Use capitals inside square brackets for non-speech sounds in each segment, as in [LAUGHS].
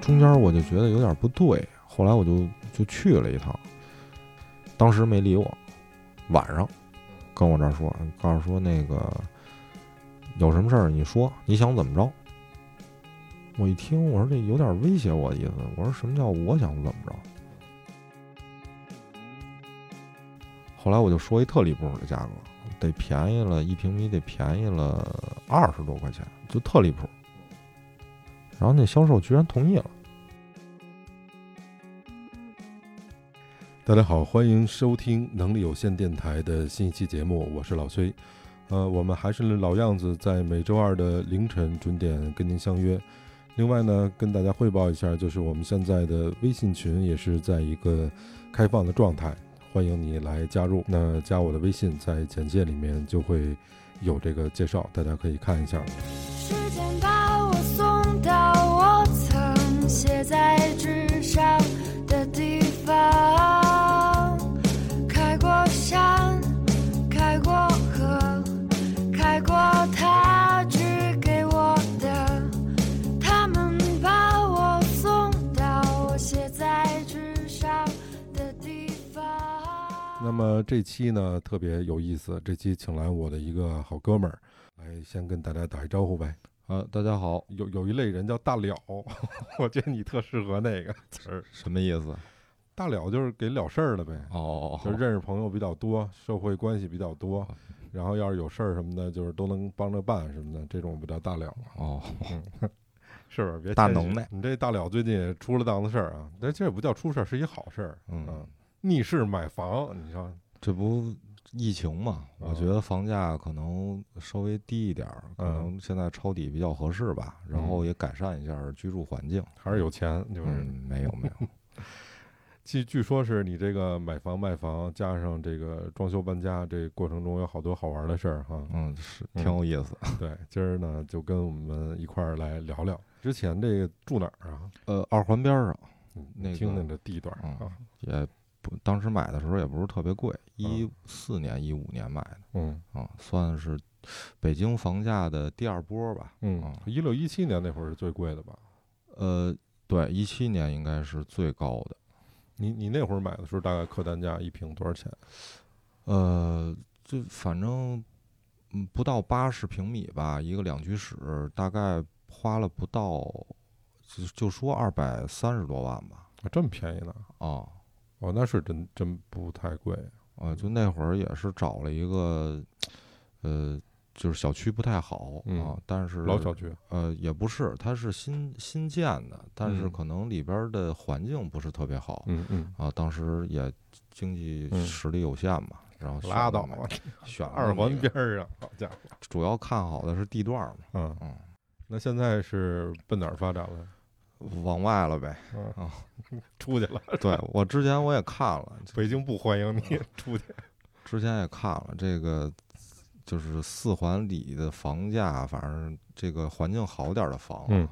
中间我就觉得有点不对，后来我就就去了一趟，当时没理我，晚上跟我这儿说，告诉说那个有什么事儿你说，你想怎么着？我一听，我说这有点威胁我的意思，我说什么叫我想怎么着？后来我就说一特里布的价格，得便宜了一平米，得便宜了二十多块钱，就特离谱。然后那销售居然同意了。大家好，欢迎收听能力有限电台的新一期节目，我是老崔。呃，我们还是老样子，在每周二的凌晨准点跟您相约。另外呢，跟大家汇报一下，就是我们现在的微信群也是在一个开放的状态，欢迎你来加入。那加我的微信，在简介里面就会有这个介绍，大家可以看一下。时间把我送到我曾写在纸上的地方，开过山，开过河，开过他指给我的，他们把我送到我写在纸上的地方。那么这期呢特别有意思，这期请来我的一个好哥们儿，来先跟大家打一招呼呗。啊，大家好，有有一类人叫大了， [LAUGHS] 我觉得你特适合那个词儿。什么意思？大了就是给了事儿了呗，哦，就是认识朋友比较多，社会关系比较多，然后要是有事儿什么的，就是都能帮着办什么的，这种我们叫大了嘛，哦，是不是？别大谦虚能耐，你这大了最近也出了档子事儿啊，但这也不叫出事儿，是一好事儿。嗯，逆势买房，你说这不疫情嘛，我嗯觉得房价可能稍微低一点儿，可嗯能现在抄底比较合适吧，然后也改善一下居住环境。还是有钱，就是。嗯，没有 [LAUGHS] 没有，据据说是你这个买房卖房加上这个装修搬家这过程中有好多好玩的事儿哈。嗯，是挺有意思。对，今儿呢就跟我们一块儿来聊聊。之前这个住哪儿啊？呃，二环边上嗯那个听听这地段儿嗯啊，也不，当时买的时候也不是特别贵，一四年一五年买的。嗯啊，算是北京房价的第二波吧。嗯啊，一六一七年那会儿是最贵的吧？呃，对，一七年应该是最高的。你你那会儿买的时候大概客单价一平多少钱？啊呃，这反正嗯不到八十平米吧，一个两居室，大概花了不到，就就说二百三十多万吧。啊，这么便宜呢？啊，哦，那是真真不太贵。呃，就那会儿也是找了一个，呃，就是小区不太好啊，嗯但是老小区，呃，也不是，它是新新建的，但是嗯可能里边儿的环境不是特别好，嗯嗯，啊，当时也经济嗯实力有限嘛，然后选拉了倒买吧，选了二环那个边儿上，好家伙，主要看好的是地段嘛，嗯嗯，那现在是奔哪儿发展了？往外了呗。嗯哦，出去了，对我之前我也看了，北京不欢迎你出去。之前也看了这个，就是四环里的房价，反正这个环境好点儿的房啊、嗯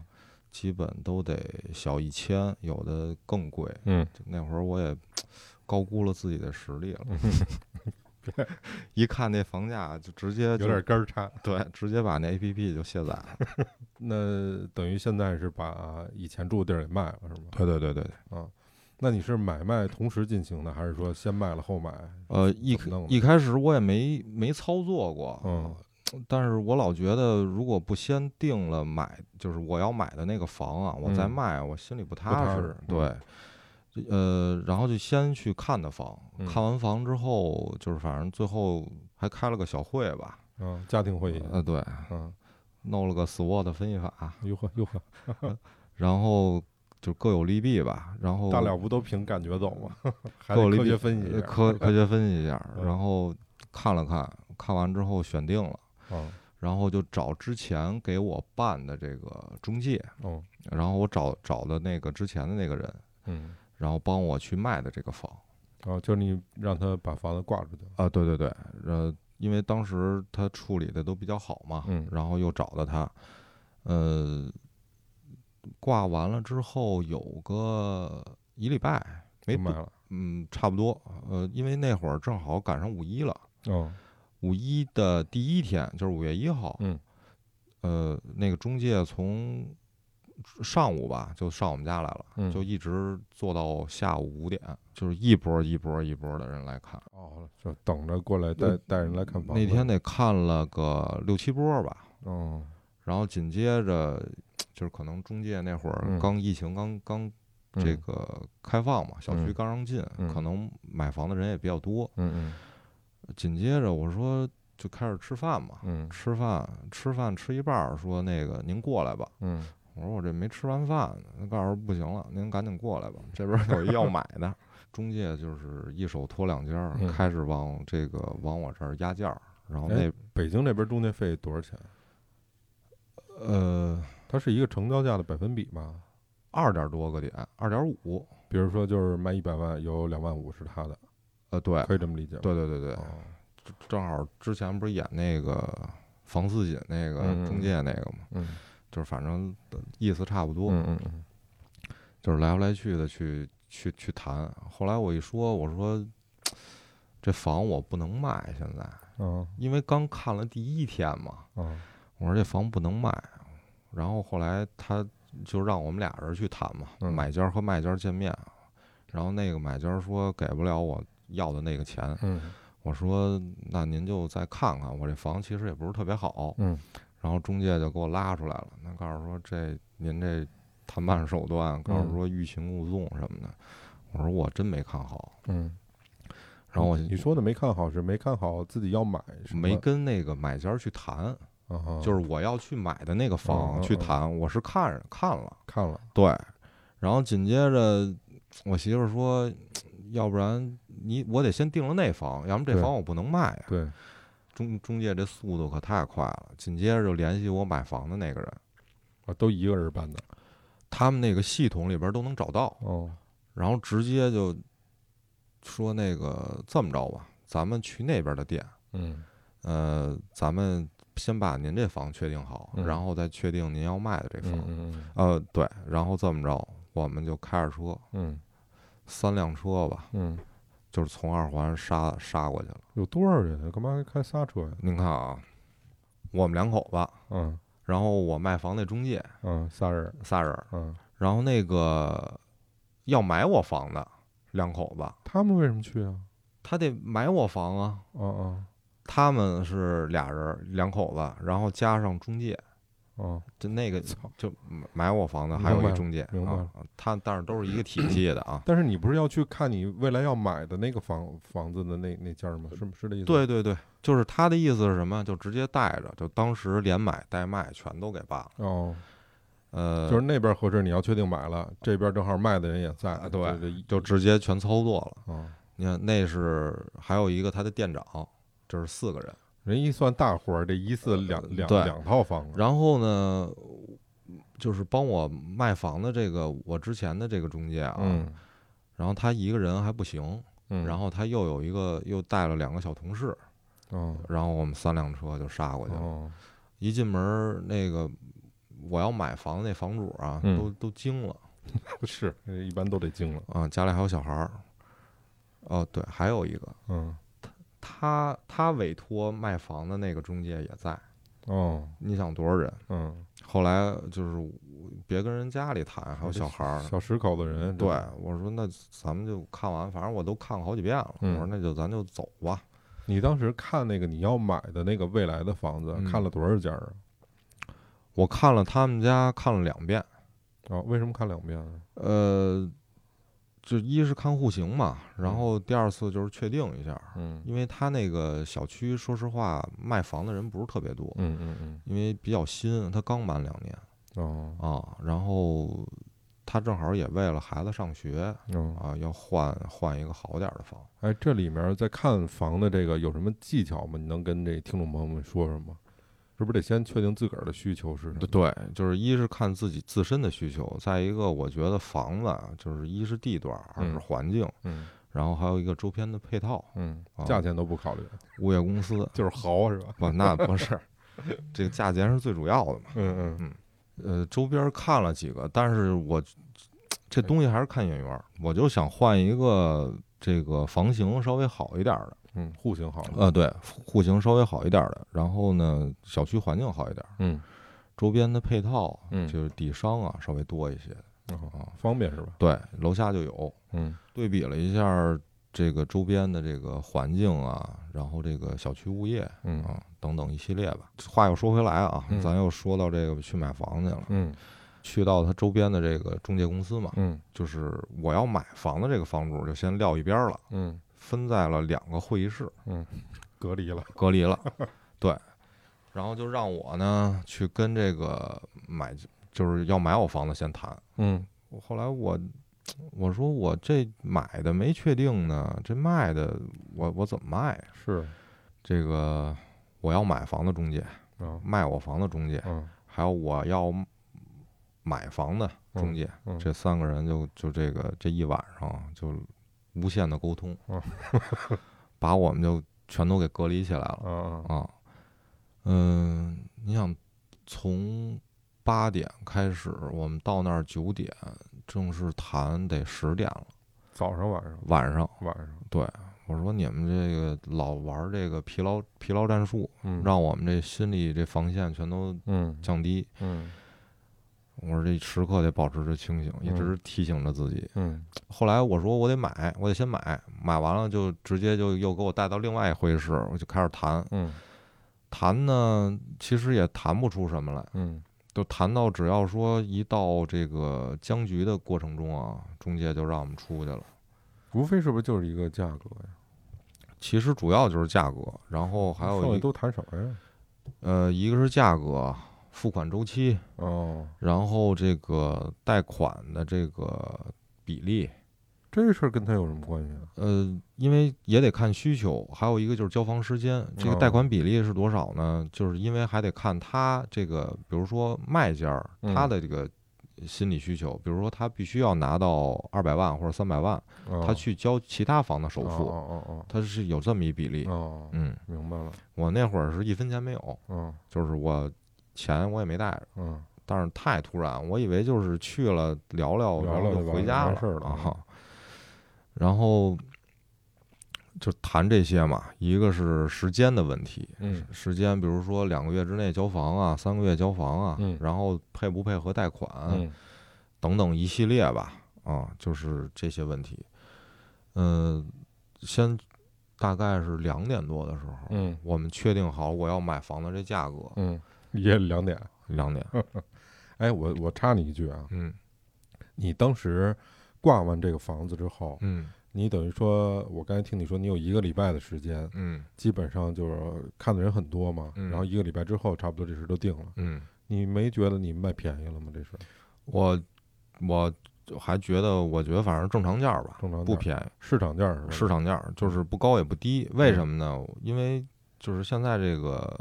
基本都得小一千，有的更贵。嗯，就那会儿我也高估了自己的实力了，嗯 [LAUGHS] 一看那房价就直接就有点根儿差。对，直接把那 A P P 就卸载了。那等于现在是把以前住的地儿给卖了，是吗？啊对对对对对，那你是买卖同时进行的，还是说先卖了后买？呃，一怎么弄的一开始我也没没操作过，嗯，但是我老觉得如果不先定了买，就是我要买的那个房啊，我再嗯卖，我心里不踏踏实实。嗯对，这呃，然后就先去看的房，嗯看完房之后，就是反正最后还开了个小会吧，嗯，家庭会议，呃，对，嗯，弄了个 SWOT 分析法，哟呵哟呵，然后就各有利弊吧，然后大了不都凭感觉走吗？ [LAUGHS] 还够了得一科笔学分析一呃下， [LAUGHS] 科科学分析一下，嗯然后看了看，看完之后选定了，嗯然后就找之前给我办的这个中介，嗯然后我找找的那个之前的那个人，嗯，然后帮我去卖的这个房嗯哦，就是你让他把房子挂出去，啊，对对对，呃，因为当时他处理的都比较好嘛，嗯然后又找到他，呃，挂完了之后有个一礼拜没就卖多，了，嗯，差不多，呃，因为那会儿正好赶上五一了。嗯五一的第一天，就是五月一号，嗯，呃，那个中介从上午吧，就上我们家来了，嗯就一直坐到下午五点，就是一波一波一波的人来看。哦，就等着过来带对带人来看房呃子。那天得看了个六七波吧，哦，然后紧接着就是可能中介那会嗯儿刚疫情刚刚嗯这个开放嘛，小区嗯刚让进，嗯可能买房的人也比较多。嗯紧接着我说就开始吃饭嘛，嗯吃饭吃饭吃一半儿，说那个您过来吧。嗯我说我这没吃完饭呢，他告诉不行了，您赶紧过来吧，这边有一要买 [LAUGHS] 的。中介就是一手托两家儿嗯，开始往这个往我这儿压价儿，然后哎那嗯，北京那边中介费多少钱？呃它是一个成交价的百分比吗？二点多个点，二点五，比如说就是卖一百万，有两万五是他的，呃对可以这么理解吗？对对对对，哦，正好之前不是演那个房似锦那个嗯嗯中介那个嘛，嗯就是反正意思差不多，嗯嗯嗯就是来回来去的去去去谈。后来我一说，我说这房我不能卖，现在哦因为刚看了第一天嘛，哦我说这房不能卖。然后后来他就让我们俩人去谈嘛，嗯买家和卖家见面。然后那个买家说给不了我要的那个钱，嗯我说那您就再看看，我这房其实也不是特别好。嗯然后中介就给我拉出来了，那告诉说这您这谈判手嗯段，告诉说欲擒故纵什么的。我说我真没看好，嗯。然后我你说的没看好是没看好自己要买是吗没跟那个买家去谈，啊，就是我要去买的那个嗯嗯房嗯去谈，我是看看了，看了，对。然后紧接着我媳妇儿说，要不然你我得先定了那房，要么这对房我不能卖呀。对，中中介这速度可太快了，紧接着就联系我买房的那个人，啊，都一个人办的，他们那个系统里边都能找到，哦，然后直接就说那个这么着吧，咱们去那边的店，嗯呃，咱们先把您这房确定好，嗯然后再确定您要卖的这嗯房，嗯呃，对，然后这么着，我们就开着车，嗯三辆车吧，嗯，就是从二环杀杀过去了。有多少人？啊干嘛开仨车呀？您看啊，我们两口子，嗯然后我卖房那中介嗯，仨人，仨人儿，嗯，然后那个要买我房的两口子，他们为什么去啊？他得买我房啊。哦哦他们是俩人儿两口子，然后加上中介，哦，就那个 [LAUGHS] 操！就买我房的明还白有一了中介，明白。啊，他但是都是一个体系的啊但是你不是要去看你未来要买的那个房房子的那那家吗？是是这意思？，对对对，就是他的意思是什么？就直接带着，就当时连买带卖全都给办了。哦，呃，就是那边合适，你要确定买了，这边正好卖的人也在啊，对嗯就一就直接全操作了。哦，你看，那是还有一个他的店长，就是四个人。人一算大伙儿，这一次两两呃对两套房啊，然后呢，就是帮我卖房的这个我之前的这个中介啊，嗯然后他一个人还不行，嗯，然后他又有一个又带了两个小同事，哦然后我们三辆车就杀过去了。哦，一进门儿，那个我要买房的那房主啊，嗯都都惊了是一般都得惊了，啊，家里还有小孩儿。哦，对，还有一个，嗯他他委托卖房的那个中介也在。哦你想多少人？嗯，后来就是我别跟人家里谈，还有小孩儿。小十口的人，嗯对，我说那咱们就看完，反正我都看了好几遍了。嗯我说那就咱就走吧。你当时看那个你要买的那个未来的房子，嗯看了多少家啊？我看了他们家看了两遍，哦，为什么看两遍啊？呃，就一是看户型嘛，然嗯后第二次就是确定一下，嗯因为他那个小区说实话卖房的人不是特别多，嗯嗯嗯，因为比较新，他刚满两年哦啊，然后他正好也为了孩子上学哦，啊，要换换一个好点儿的房。哎，这里面在看房的这个有什么技巧吗？你能跟这听众朋友们说说吗？是不是得先确定自个儿的需求是什么？对，就是一是看自己自身的需求，再一个我觉得房子啊就是一是地段，二是嗯环境，嗯然后还有一个周边的配套，嗯，啊价钱都不考虑， [LAUGHS] 物业公司就是豪是吧？不，那不是，这个价钱是最主要的嘛。嗯嗯，呃，周边看了几个，但是我这东西还是看眼缘儿，我就想换一个这个房型稍微好一点儿的，嗯，户型好了，呃，对，户型稍微好一点儿的，然后呢，小区环境好一点儿，嗯周边的配套，啊嗯就是底商啊稍微多一些。哦方便是吧？对，楼下就有。嗯对比了一下这个周边的这个环境啊，然后这个小区物业嗯啊等等一系列吧。话又说回来啊嗯，咱又说到这个去买房去了，嗯去到它周边的这个中介公司嘛，嗯就是我要买房的这个房主就先撂一边儿了，嗯，分在了两个会议室。隔离了。隔离了，对，然后就让我呢去跟这个买就是要买我房子先谈。嗯我后来我我说我这买的没确定呢，这卖的我我怎么卖呀？是这个我要买房的中介，啊卖我房的中介，嗯还有我要买房的中介，嗯这三个人就就这个这一晚上啊就无限的沟通，嗯 [LAUGHS] 把我们就全都给隔离起来了。啊啊啊，嗯，你想从八点开始，我们到那儿九点正式谈得十点了，早上晚上晚上。晚上对我说，你们这个老玩这个疲劳疲劳战术，嗯让我们这心理这防线全都嗯降低。嗯我说这时刻得保持着清醒，一直嗯提醒着自己。嗯后来我说我得买，我得先买，买完了就直接就又给我带到另外一会议室，我就开始谈。嗯谈呢，其实也谈不出什么来。嗯就谈到只要说一到这个僵局的过程中啊，中介就让我们出去了。无非是不是就是一个价格呀？其实主要就是价格，然后还剩有下一都谈什么呀？呃，一个是价格、付款周期，哦，然后这个贷款的这个比例，这事儿跟他有什么关系啊？呃，因为也得看需求，还有一个就是交房时间，这个哦贷款比例是多少呢？就是因为还得看他这个，比如说卖家儿嗯他的这个心理需求，比如说他必须要拿到二百万或者三百万。哦他去交其他房的首付，哦哦他是有这么一比例哦。哦，嗯，明白了。我那会儿是一分钱没有，嗯就是我钱我也没带着，嗯但是太突然，我以为就是去了聊聊，聊然后聊就回就完家完了事儿了嗯啊。然后就谈这些嘛，一个是时间的问题，嗯时间，比如说两个月之内交房啊，三个月交房啊，嗯然后配不配合贷款，啊嗯等等一系列吧，啊，就是这些问题。嗯、先大概是两点多的时候，嗯我们确定好我要买房的这价格，嗯，也两点。两点。哎，我我插你一句啊，嗯你当时挂完这个房子之后，嗯你等于说，我刚才听你说，你有一个礼拜的时间，嗯基本上就是看的人很多嘛，嗯然后一个礼拜之后，差不多这事儿都定了。嗯，你没觉得你卖便宜了吗？这是我我还觉得，我觉得反正正常价儿吧，正常价不便宜，市场价是吧？市场价儿就是不高也不低。为什么呢？因为就是现在这个。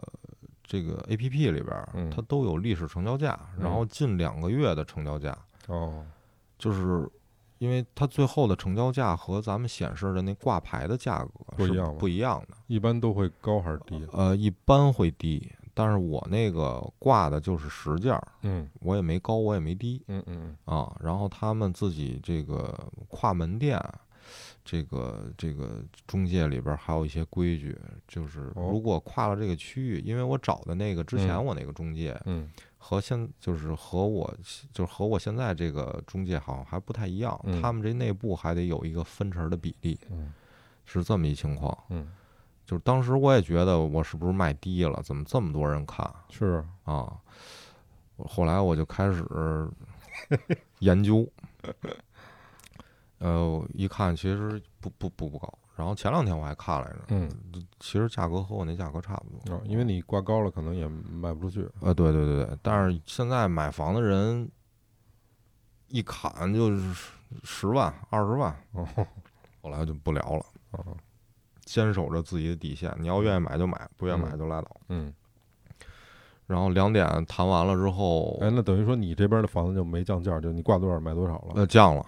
这个 A P P 里边儿嗯，它都有历史成交价，然嗯后近两个月的成交价，哦，就是因为它最后的成交价和咱们显示的那挂牌的价格不一是样吗不一样的。一般都会高还是低？啊呃，一般会低，但是我那个挂的就是实价儿，嗯我也没高，我也没低嗯嗯啊。然后他们自己这个跨门店。这个这个中介里边儿还有一些规矩，就是哦如果跨了这个区域，因为我找的那个之前嗯我那个中介嗯和现就是和我就是和我现在这个中介好像还不太一样，嗯他们这内部还得有一个分成的比例，嗯是这么一情况。嗯，就是当时我也觉得我是不是卖低了，怎么这么多人看是啊啊？我后来我就开始研究，呃，一看其实不不不不高。然后前两天我还看来着，嗯其实价格和我那价格差不多。哦因为你挂高了，可能也卖不出去。呃，对对对对，但是现在买房的人一砍就是十万、二十万，哦后来就不聊了，哦坚守着自己的底线。你要愿意买就买，不愿意买就拉倒。嗯，然后两点谈完了之后，哎，那等于说你这边的房子就没降价，就你挂多少买多少了？呃，降了，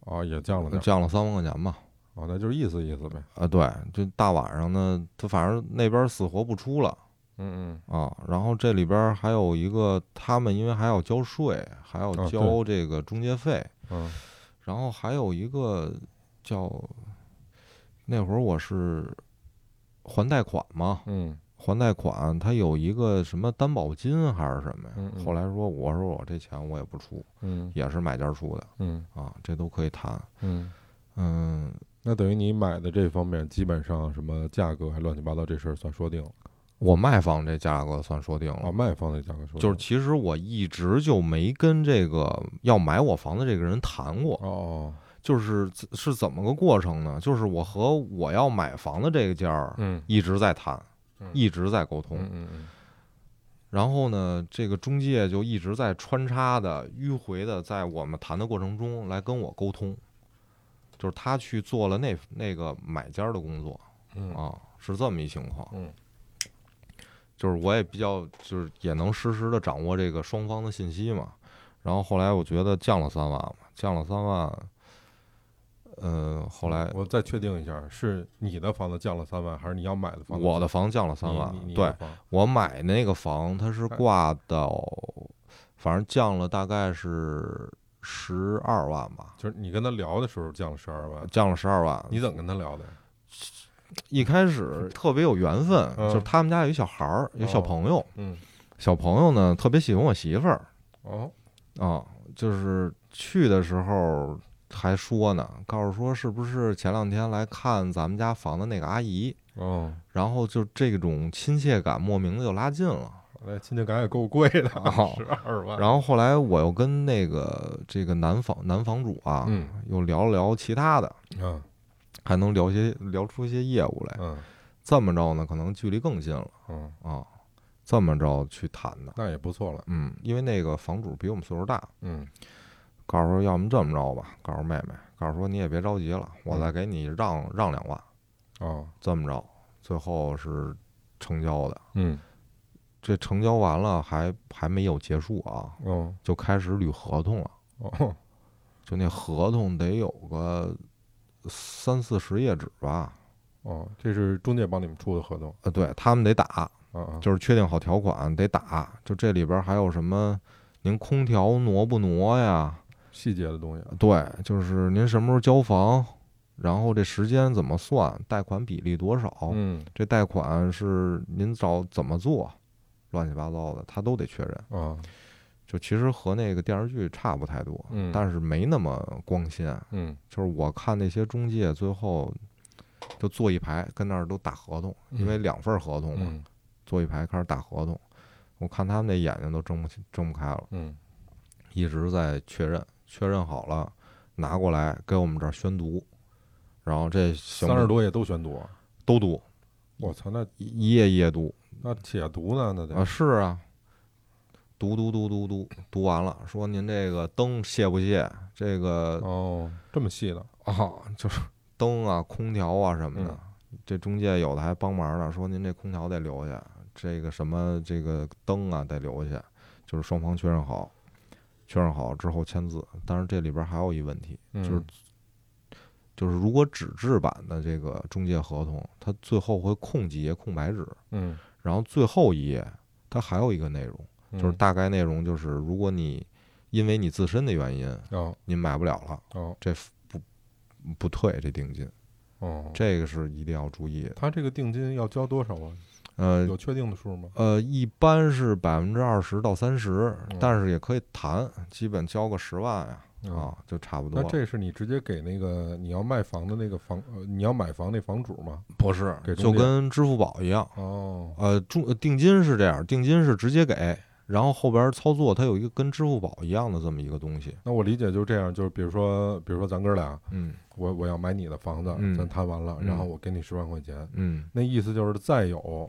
哦，也降了点儿。降了三万块钱吧。哦，那就是意思意思呗。啊，对，就大晚上呢，他反正那边死活不出了嗯啊。然后这里边还有一个，他们因为还要交税，还要哦对交这个中介费。嗯嗯然后还有一个叫那会儿我是还贷款嘛，嗯还贷款，他有一个什么担保金还是什么呀？嗯嗯后来说我说我这钱我也不出，嗯也是买家出的嗯啊，这都可以谈。嗯，嗯，那等于你买的这方面，基本上什么价格还乱七八糟这事儿算说定了我卖房这价格算说定啊，了，卖方的价格说定了就是其实我一直就没跟这个要买我房子这个人谈过，哦，就是是怎么个过程呢？就是我和我要买房的这个家儿嗯一直在谈嗯，一直在沟通嗯，嗯嗯然后呢，这个中介就一直在穿插的、迂回的，在我们谈的过程中来跟我沟通，就是他去做了那那个买家的工作嗯啊，是这么一情况。嗯，就是我也比较，就是也能实时的掌握这个双方的信息嘛。然后后来我觉得降了三万嘛，降了三万，呃，后来哎我再确定一下，是你的房子降了三万，还是你要买的房子我的房降了三万你你，你对的，房我买那个房，它是哎挂到，反正降了大概是十二万吧，就是你跟他聊的时候降了十二万，降了十二万。你怎么跟他聊的呀？一开始特别有缘分，嗯就是他们家有一小孩儿，有小哦朋友，嗯，小朋友呢特别喜欢我媳妇儿哦，啊，就是去的时候还说呢，告诉说是不是前两天来看咱们家房的那个阿姨，哦，然后就这种亲切感莫名的就拉近了。那亲戚感也够贵的，哦 [LAUGHS] 十二万。然后后来我又跟那个这个男房男房主啊，嗯又聊了聊其他的，嗯还能聊些聊出一些业务来。嗯这么着呢，可能距离更近了嗯，啊。这么着去谈的，那也不错了。嗯，因为那个房主比我们岁数大，嗯告诉说要么这么着吧，告诉妹妹，告诉说哎你也别着急了，我再给你让让两万，哦这么着，最后是成交的。嗯这成交完了还还没有结束啊，哦就开始捋合同了。哦就那合同得有个三四十页纸吧？哦，这是中介帮你们出的合同呃，对他们得打，啊啊，就是确定好条款得打。就这里边还有什么？您空调挪不挪呀？细节的东西。啊对，就是您什么时候交房，然后这时间怎么算，贷款比例多少，嗯这贷款是您找怎么做，乱七八糟的，他都得确认。啊就其实和那个电视剧差不太多，嗯但是没那么光鲜。嗯就是我看那些中介最后就坐一排跟那儿都打合同，因为两份合同嘛，嗯坐一排开始打合同。我看他们那眼睛都睁不起睁不开了，嗯一直在确认，确认好了拿过来给我们这儿宣读，然后这行不三十多页都宣读啊，都读，我操，那一页一页读那且读呢，那啊，得是啊。读读读读读读完了，说您这个灯卸不卸？这个哦，这么细的，啊，就是灯啊、空调啊什么的，这中介有的还帮忙呢，说您这空调得留下，这个什么这个灯啊得留下，就是双方确认好，确认好之后签字。但是这里边还有一问题，就是嗯就是如果纸质版的这个中介合同，它最后会空几页空白纸，嗯，然后最后一页它还有一个内容，就是嗯大概内容就是如果你因为你自身的原因哦您买不了了，哦这不不退这定金。哦，这个是一定要注意的。他这个定金要交多少啊？呃有确定的数吗？呃，一般是百分之二十到三十嗯，但是也可以谈，基本交个十万呀、啊，嗯就差不多那了。这是你直接给那个你要卖房的那个房，呃，你要买房那房主吗？不是给就中介跟支付宝一样，哦，呃，中呃定金是这样，定金是直接给，然后后边操作它有一个跟支付宝一样的这么一个东西。那我理解就是这样，就是比如说，比如说咱哥俩，嗯我我要买你的房子，嗯咱谈完了，然嗯后我给你十万块钱，嗯，那意思就是再有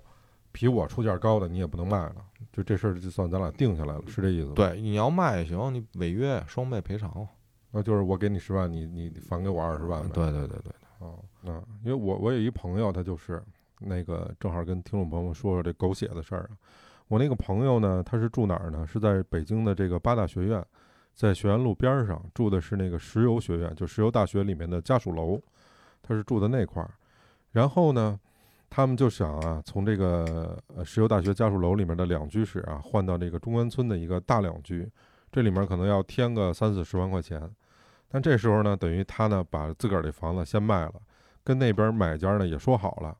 比我出价高的你也不能卖了，就这事儿就算咱俩定下来了，是这意思吗？，对，你要卖也行，你违约双倍赔偿。那就是我给你十万，你你你返给我二十万呗。嗯对对对对，哦，那因为我我有一朋友，他就是那个正好跟听众朋友说说这狗血的事儿啊。我那个朋友呢，他是住哪儿呢？是在北京的这个八大学院，在学院路边儿上住的是那个石油学院，就石油大学里面的家属楼，他是住的那块儿。然后呢，他们就想啊，从这个呃石油大学家属楼里面的两居室啊，换到这个中关村的一个大两居，这里面可能要添个三四十万块钱。但这时候呢，等于他呢把自个儿这房子先卖了，跟那边买家呢也说好了，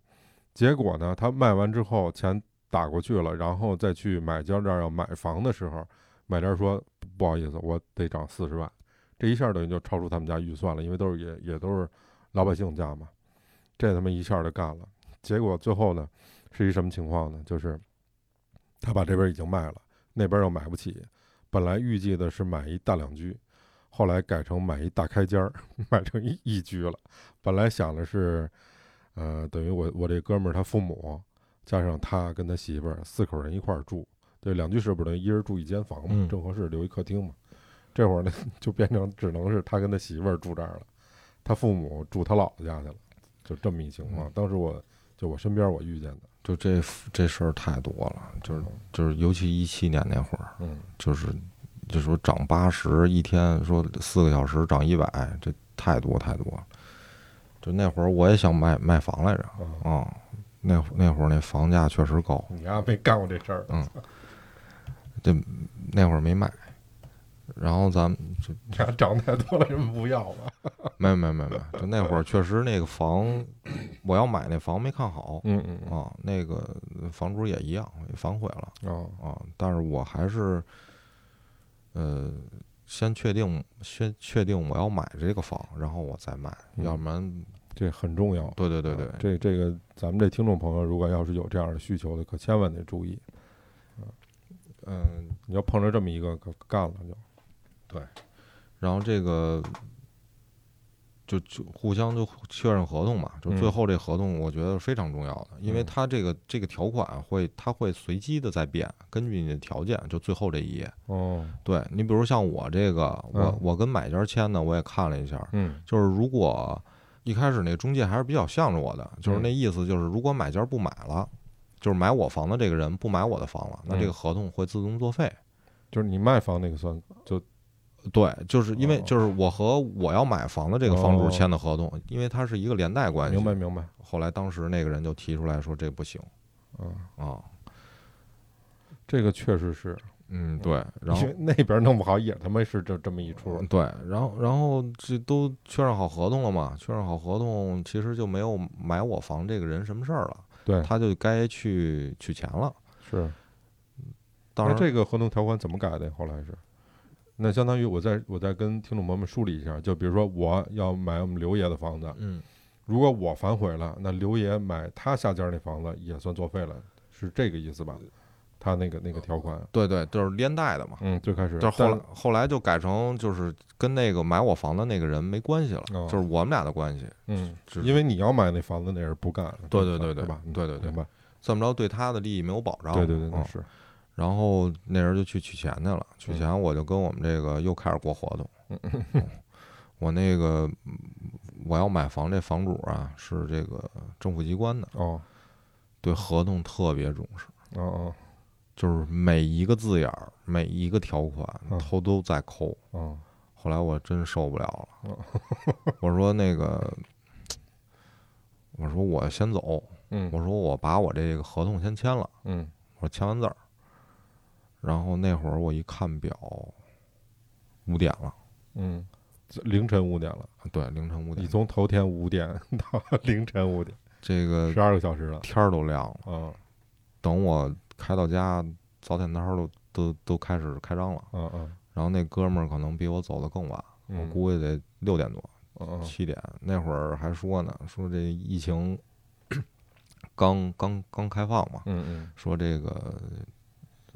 结果呢，他卖完之后钱打过去了，然后再去买家这儿要买房的时候，买家说不好意思，我得涨四十万，这一下等于就超出他们家预算了，因为都是也也都是老百姓价嘛，这他妈一下就干了。结果最后呢，是一什么情况呢？就是他把这边已经卖了，那边又买不起，本来预计的是买一大两居，后来改成买一大开间儿， [LAUGHS] 买成一一居了。本来想的是，呃，等于我我这哥们儿他父母加上他跟他媳妇儿四口人一块儿住，对，两居室不是等于一人住一间房嘛，嗯正合适，留一客厅嘛。这会儿呢，就变成只能是他跟他媳妇儿住这儿了，他父母住他姥姥家去了，就这么一情况。当时我就我身边我遇见的，就这这事儿太多了，就是就是，尤其一七年那会儿，嗯，就是就说涨八十一天，说四个小时涨一百，这太多太多了。就那会儿我也想买买房来着，啊、啊、那会那会儿那房价确实高，嗯你丫、没干过这事儿，那会儿没卖。然后咱们就你丫长太多了，人不要了。没有没有没有没有，就那会儿确实那个房，我要买那房没看好嗯嗯嗯啊，那个房主也一样也反悔了哦，啊，但是我还是，呃，先确定先确定我要买这个房，然后我再卖，嗯要不然这很重要。对对对对啊，这这个咱们这听众朋友，如果要是有这样的需求的，可千万得注意。啊嗯、你要碰着这么一个，可干了就。然后这个就就互相就确认合同嘛，就嗯最后这合同我觉得非常重要的，因为嗯它这个这个条款会它会随机的在变，根据你的条件，就最后这一页。哦，对你比如像我这个，我、嗯我跟买家签的，我也看了一下，嗯就是如果一开始那中介还是比较向着我的，嗯就是那意思就是如果买家不买了。就是买我房的这个人不买我的房了，那这嗯个合同会自动作废。就是你卖房那个算，对，就是因为哦就是我和我要买房的这个房主哦签的合同，因为它是一个连带关系。明白。明白。后来当时那个人就提出来说这不行啊，啊，这个确实是，嗯，对，然因后为那边弄不好也他妈是这这么一出。对，然后然后这都确认好合同了嘛，确认好合同，其实就没有买我房这个人什么事儿了，对，他就该去取钱了。是。当那然，这个合同条款怎么改的？后来是，那相当于我再我再跟听众朋友们梳理一下，就比如说我要买我们刘爷的房子，嗯，如果我反悔了，那刘爷买他下家那房子也算作废了，是这个意思吧？他那个那个条款，对对，就是连带的嘛。嗯，最开始，但是后来但后来就改成就是跟那个买我房的那个人没关系了，哦就是我们俩的关系。嗯，只因为你要买那房子那人不干，对对对对吧？嗯对对对明，白，这么着对他的利益没有保障。对对对，那嗯是，然后那人就去取钱去了，取嗯钱我就跟我们这个又开始过活动。嗯我那个嗯我要买房，这房主啊是这个政府机关的，哦对合同特别重视，哦哦就是每一个字眼儿、每一个条款嗯偷都在抠。哦，后来我真受不了了，嗯 [LAUGHS] 我说那个，我说我先走，嗯我说我把我这个合同先签了。嗯，我签完字儿，然后那会儿我一看表，五点了，嗯，这凌晨五点了，对，凌晨五你点，从头天五点 [LAUGHS] 到凌晨五点，这个十二个小时了，天儿都亮了。啊等我开到家，早点摊儿都都都开始开张了。啊啊，然后那哥们儿可能比我走的更晚，我嗯估计得六点多、嗯嗯七点。那会儿还说呢，说这疫情刚刚刚开放嘛，嗯嗯说这个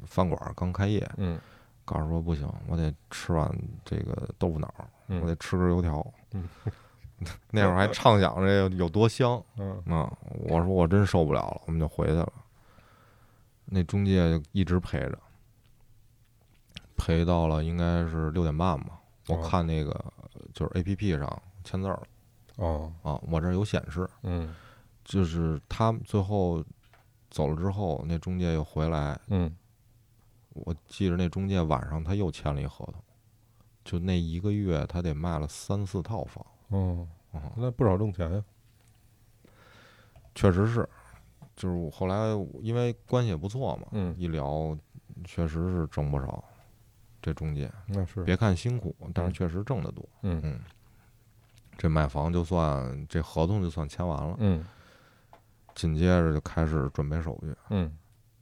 饭馆儿刚开业，嗯告诉说不行，我得吃碗这个豆腐脑儿，嗯我得吃根油条。嗯 [LAUGHS] 那会儿还畅想着有多香嗯啊、我说我真受不了了，我们就回去了。那中介就一直陪着，陪到了应该是六点半吧。我哦看那个呃就是 A P P 上签字儿了哦啊，我这儿有显示，嗯就是他最后走了之后，那中介又回来嗯我记着那中介晚上他又签了一合同，就那一个月他得卖了三四套房，哦嗯，那不少挣钱呀，确实是，就是我后来因为关系也不错嘛，嗯，一聊确实是挣不少。这中介那是，别看辛苦，但是嗯确实挣得多。嗯嗯，这买房就算这合同就算签完了，嗯紧接着就开始准备手续，嗯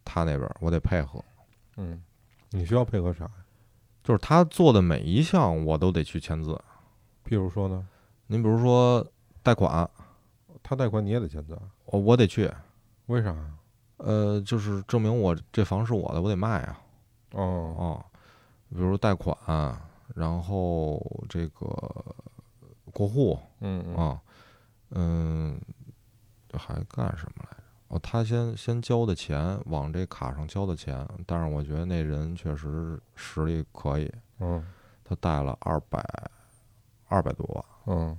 他那边儿我得配合，嗯，你需要配合啥呀？就是他做的每一项我都得去签字。譬如说呢，您比如说贷款，他贷款你也得签字啊，我我得去，为啥呀？呃，就是证明我这房是我的，我得卖啊，哦，哦，比如贷款，然后这个过户嗯嗯啊，嗯，还干什么来着？哦，他先先交的钱，往这卡上交的钱，但是我觉得那人确实实力可以，嗯他贷了二百二百多万嗯，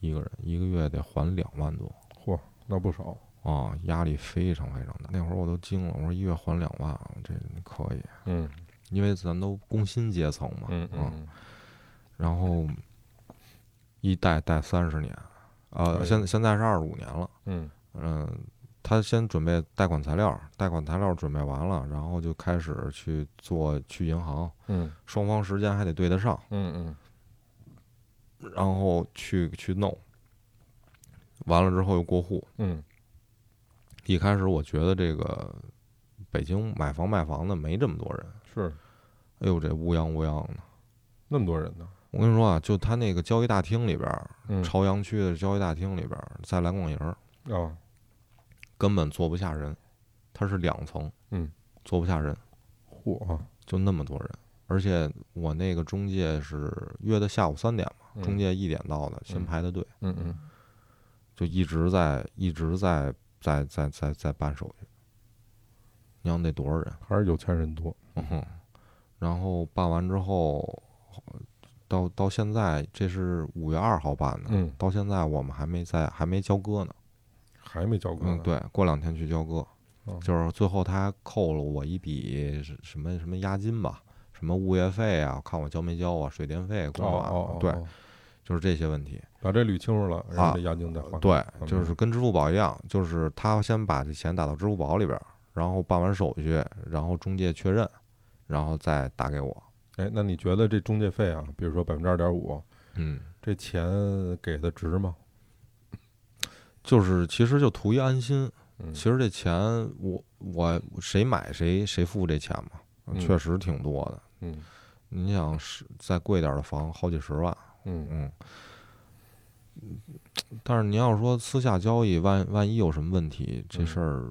一个人，一个月得还两万多。嚯，那不少，啊、压力非常非常大。那会儿我都惊了，我说一月还两万，这可以，嗯因为咱都工薪阶层嘛，嗯啊嗯，然后一贷贷三十年，哎呦呃，现现在是二十五年了，嗯嗯、他先准备贷款材料，贷款材料准备完了，然后就开始去做去银行，嗯双方时间还得对得上，嗯然后去去弄，完了之后又过户，嗯一开始我觉得这个北京买房卖房的没这么多人，嗯，是哎呦这乌泱乌泱的。那么多人呢，我跟你说啊，就他那个交易大厅里边儿，嗯朝阳区的交易大厅里边儿，在蓝广营儿啊，根本坐不下人，它是两层，嗯，坐不下人，嚯，就那么多人。而且我那个中介是约的下午三点嘛，中介一点到的，先嗯排的队，嗯嗯就一直在一直在在在在在办手续。你想得多少人？还是有钱人多，嗯哼，然后办完之后，到到现在这是五月二号办的，嗯到现在我们还没在还没交割呢。还没交割嗯呢，，对，过两天去交割，哦就是最后他还扣了我一笔是什么什么押金吧，什么物业费啊，看我交没交啊，水电费、哦公哦啊，哦，哦对，就是这些问题。把这捋清楚了，然后这押金再还，啊对嗯，就是跟支付宝一样，就是他先把这钱打到支付宝里边儿，然后办完手续，然后中介确认，然后再打给我。哎，那你觉得这中介费啊，比如说百分之二点五，嗯。这钱给的值吗？就是其实就图一安心。嗯其实这钱我我谁买谁谁付这钱嘛嗯，确实挺多的。嗯你想是再贵点儿的房，好几十万，嗯嗯。但是你要说私下交易，万万一有什么问题，这嗯事儿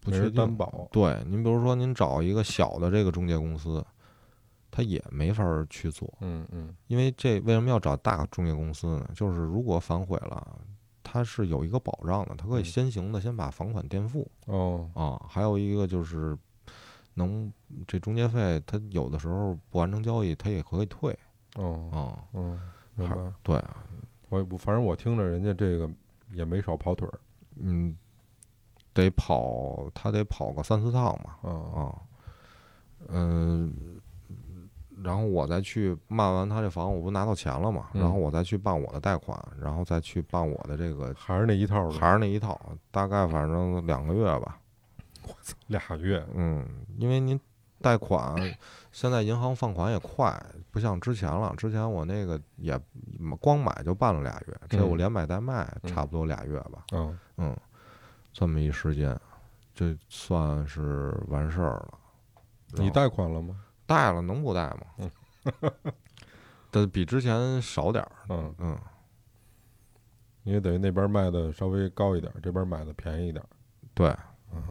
不没确人定。担保，对，您比如说您找一个小的这个中介公司，他也没法儿去做，嗯嗯因为这为什么要找大中介公司呢？就是如果反悔了，它是有一个保障的，它可以嗯先行的先把房款垫付哦，啊。还有一个就是能这中介费，它有的时候不完成交易，它也可以退哦，啊。嗯，明白。对，我我反正我听着人家这个也没少跑腿儿嗯，得跑，他得跑个三四趟嘛啊，啊。嗯、然后我再去卖完他这房，我不拿到钱了嘛，然后嗯我再去办我的贷款，然后再去办我的这个还是那一套的，还是那一套，大概反正两个月吧。俩月，啊嗯，因为您贷款，现在银行放款也快，不像之前了。之前我那个也嗯光买就办了俩月，这我嗯连买带卖嗯差不多俩月吧。嗯，嗯，这么一时间，这算是完事儿了。你贷款了吗？贷了能不贷吗嗯？但比之前少点儿。嗯，嗯，因为等于那边卖的稍微高一点，这边买的便宜一点。啊对嗯，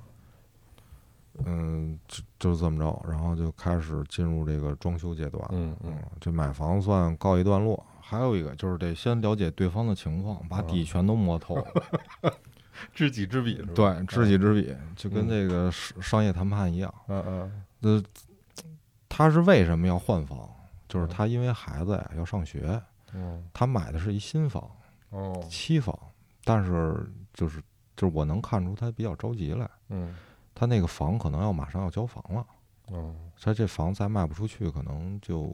嗯，就就这么着，然后就开始进入这个装修阶段。嗯嗯嗯，，这买房算告一段落。还有一个就是得先了解对方的情况，啊把底全都摸 [LAUGHS] 透。知己知彼是吧？对，知己知彼，就嗯跟这个商商业谈判一样。嗯嗯呃，他是为什么要换房？就是嗯他因为孩子呀要上学，嗯他买的是一新房，哦期房，但是就是就是我能看出他比较着急来，嗯他那个房可能要马上要交房了，哦所以这房再卖不出去，可能就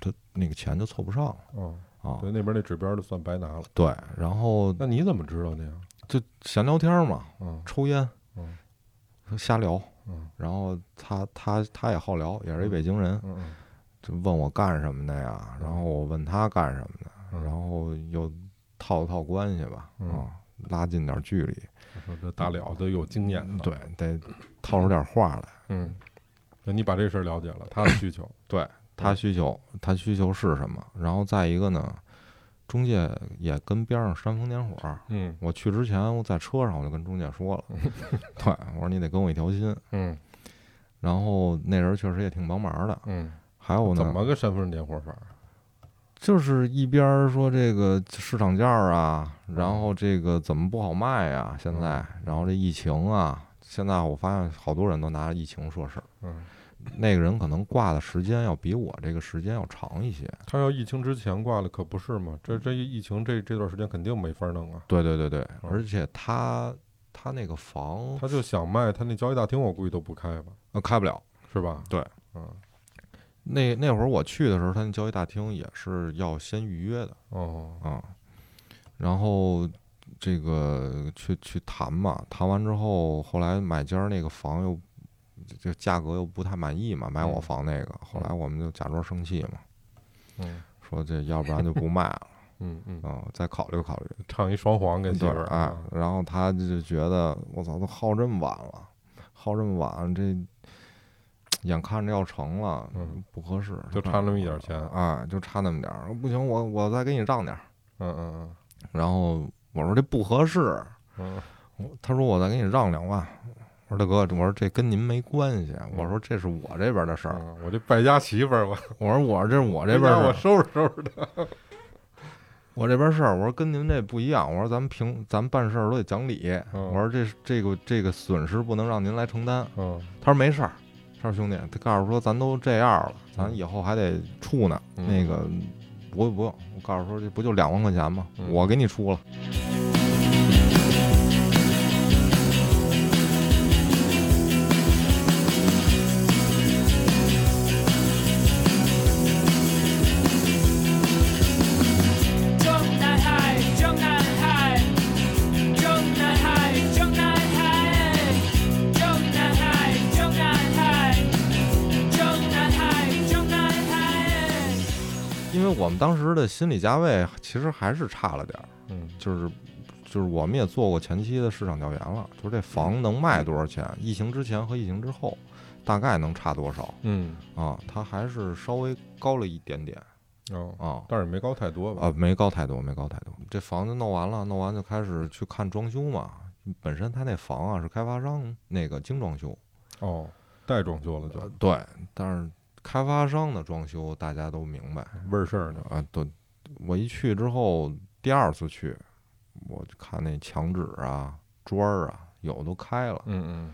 他那个钱就凑不上了哦，啊。对，那边那指标就算白拿了。对，然后那你怎么知道的呀？就闲聊天嘛，嗯抽烟嗯，瞎聊。嗯然后他他他也好聊，也是一北京人，嗯嗯就问我干什么的呀，然后我问他干什么的，嗯，然后又套了套关系吧，嗯啊，拉近点距离。我说这大了的有经验的，对，得套出点话来。嗯，那你把这事儿了解了，他的需求，对嗯他需求，他需求是什么？然后再一个呢，中介也跟边上煽风点火儿。 [LAUGHS] 嗯我去之前，我在车上我就跟中介 [LAUGHS] 说了，对我说你得跟我一条心。嗯然后那人确实也挺帮忙的。嗯，还有怎呢，么个煽风点火法儿？就是一边儿说这个市场价儿啊，然后这个怎么不好卖啊，现在，然后这疫情啊，现在我发现好多人都拿疫情说事儿。嗯，那个人可能挂的时间要比我这个时间要长一些。他要疫情之前挂了，可不是嘛？这这疫情这这段时间肯定没法弄啊。对对对对，嗯而且他他那个房他就想卖，他那交易大厅我估计都不开吧，呃开不了。是吧？对，嗯，那那会儿我去的时候，他那交易大厅也是要先预约的哦，啊、然后这个去去谈嘛，谈完之后，后来买家那个房又就价格又不太满意嘛，买我嗯房那个，后来我们就假装生气嘛，嗯说这要不然就不卖了嗯嗯，啊、再考虑考虑。唱一双簧给媳妇对儿，哎啊，然后他就觉得我操，都耗这么晚了，耗这么晚，这眼看着要成了，嗯，不合适，就差那么一点钱，啊，就差那么点儿，不行，我我再给你让点儿。嗯嗯然后我说这不合适，嗯我他说我再给你让两万。我说大哥，我说这跟您没关系，啊我说这是我这边的事儿，嗯，我这败家媳妇儿，我我说我这是我这边回家的我事儿，收拾收拾的，我这边事儿，我说跟您这不一样，我说咱们平咱们办事儿都得讲理，嗯我说这这个这个损失不能让您来承担，嗯他说没事儿，他说兄弟，他告诉说咱都这样了，咱以后还得处呢。嗯那个不用不用，我告诉说这不就两万块钱吗？嗯我给你出了。中南海，中南海，中南海，中南海，中南海，中南海，中南海，中南海。因为我们当时的心理价位其实还是差了点儿，嗯就是就是我们也做过前期的市场调研了，就是这房能卖多少钱，疫情之前和疫情之后大概能差多少嗯，啊？它还是稍微高了一点点哦，啊。但是也没高太多吧，啊，没高太多，没高太多。这房子弄完了，弄完就开始去看装修嘛。本身他那房啊是开发商那个精装修，哦，带装修了就对，但是开发商的装修大家都明白味儿事儿呢，啊。都，我一去之后，第二次去，我就看那墙纸啊、砖儿啊，有的都开了，嗯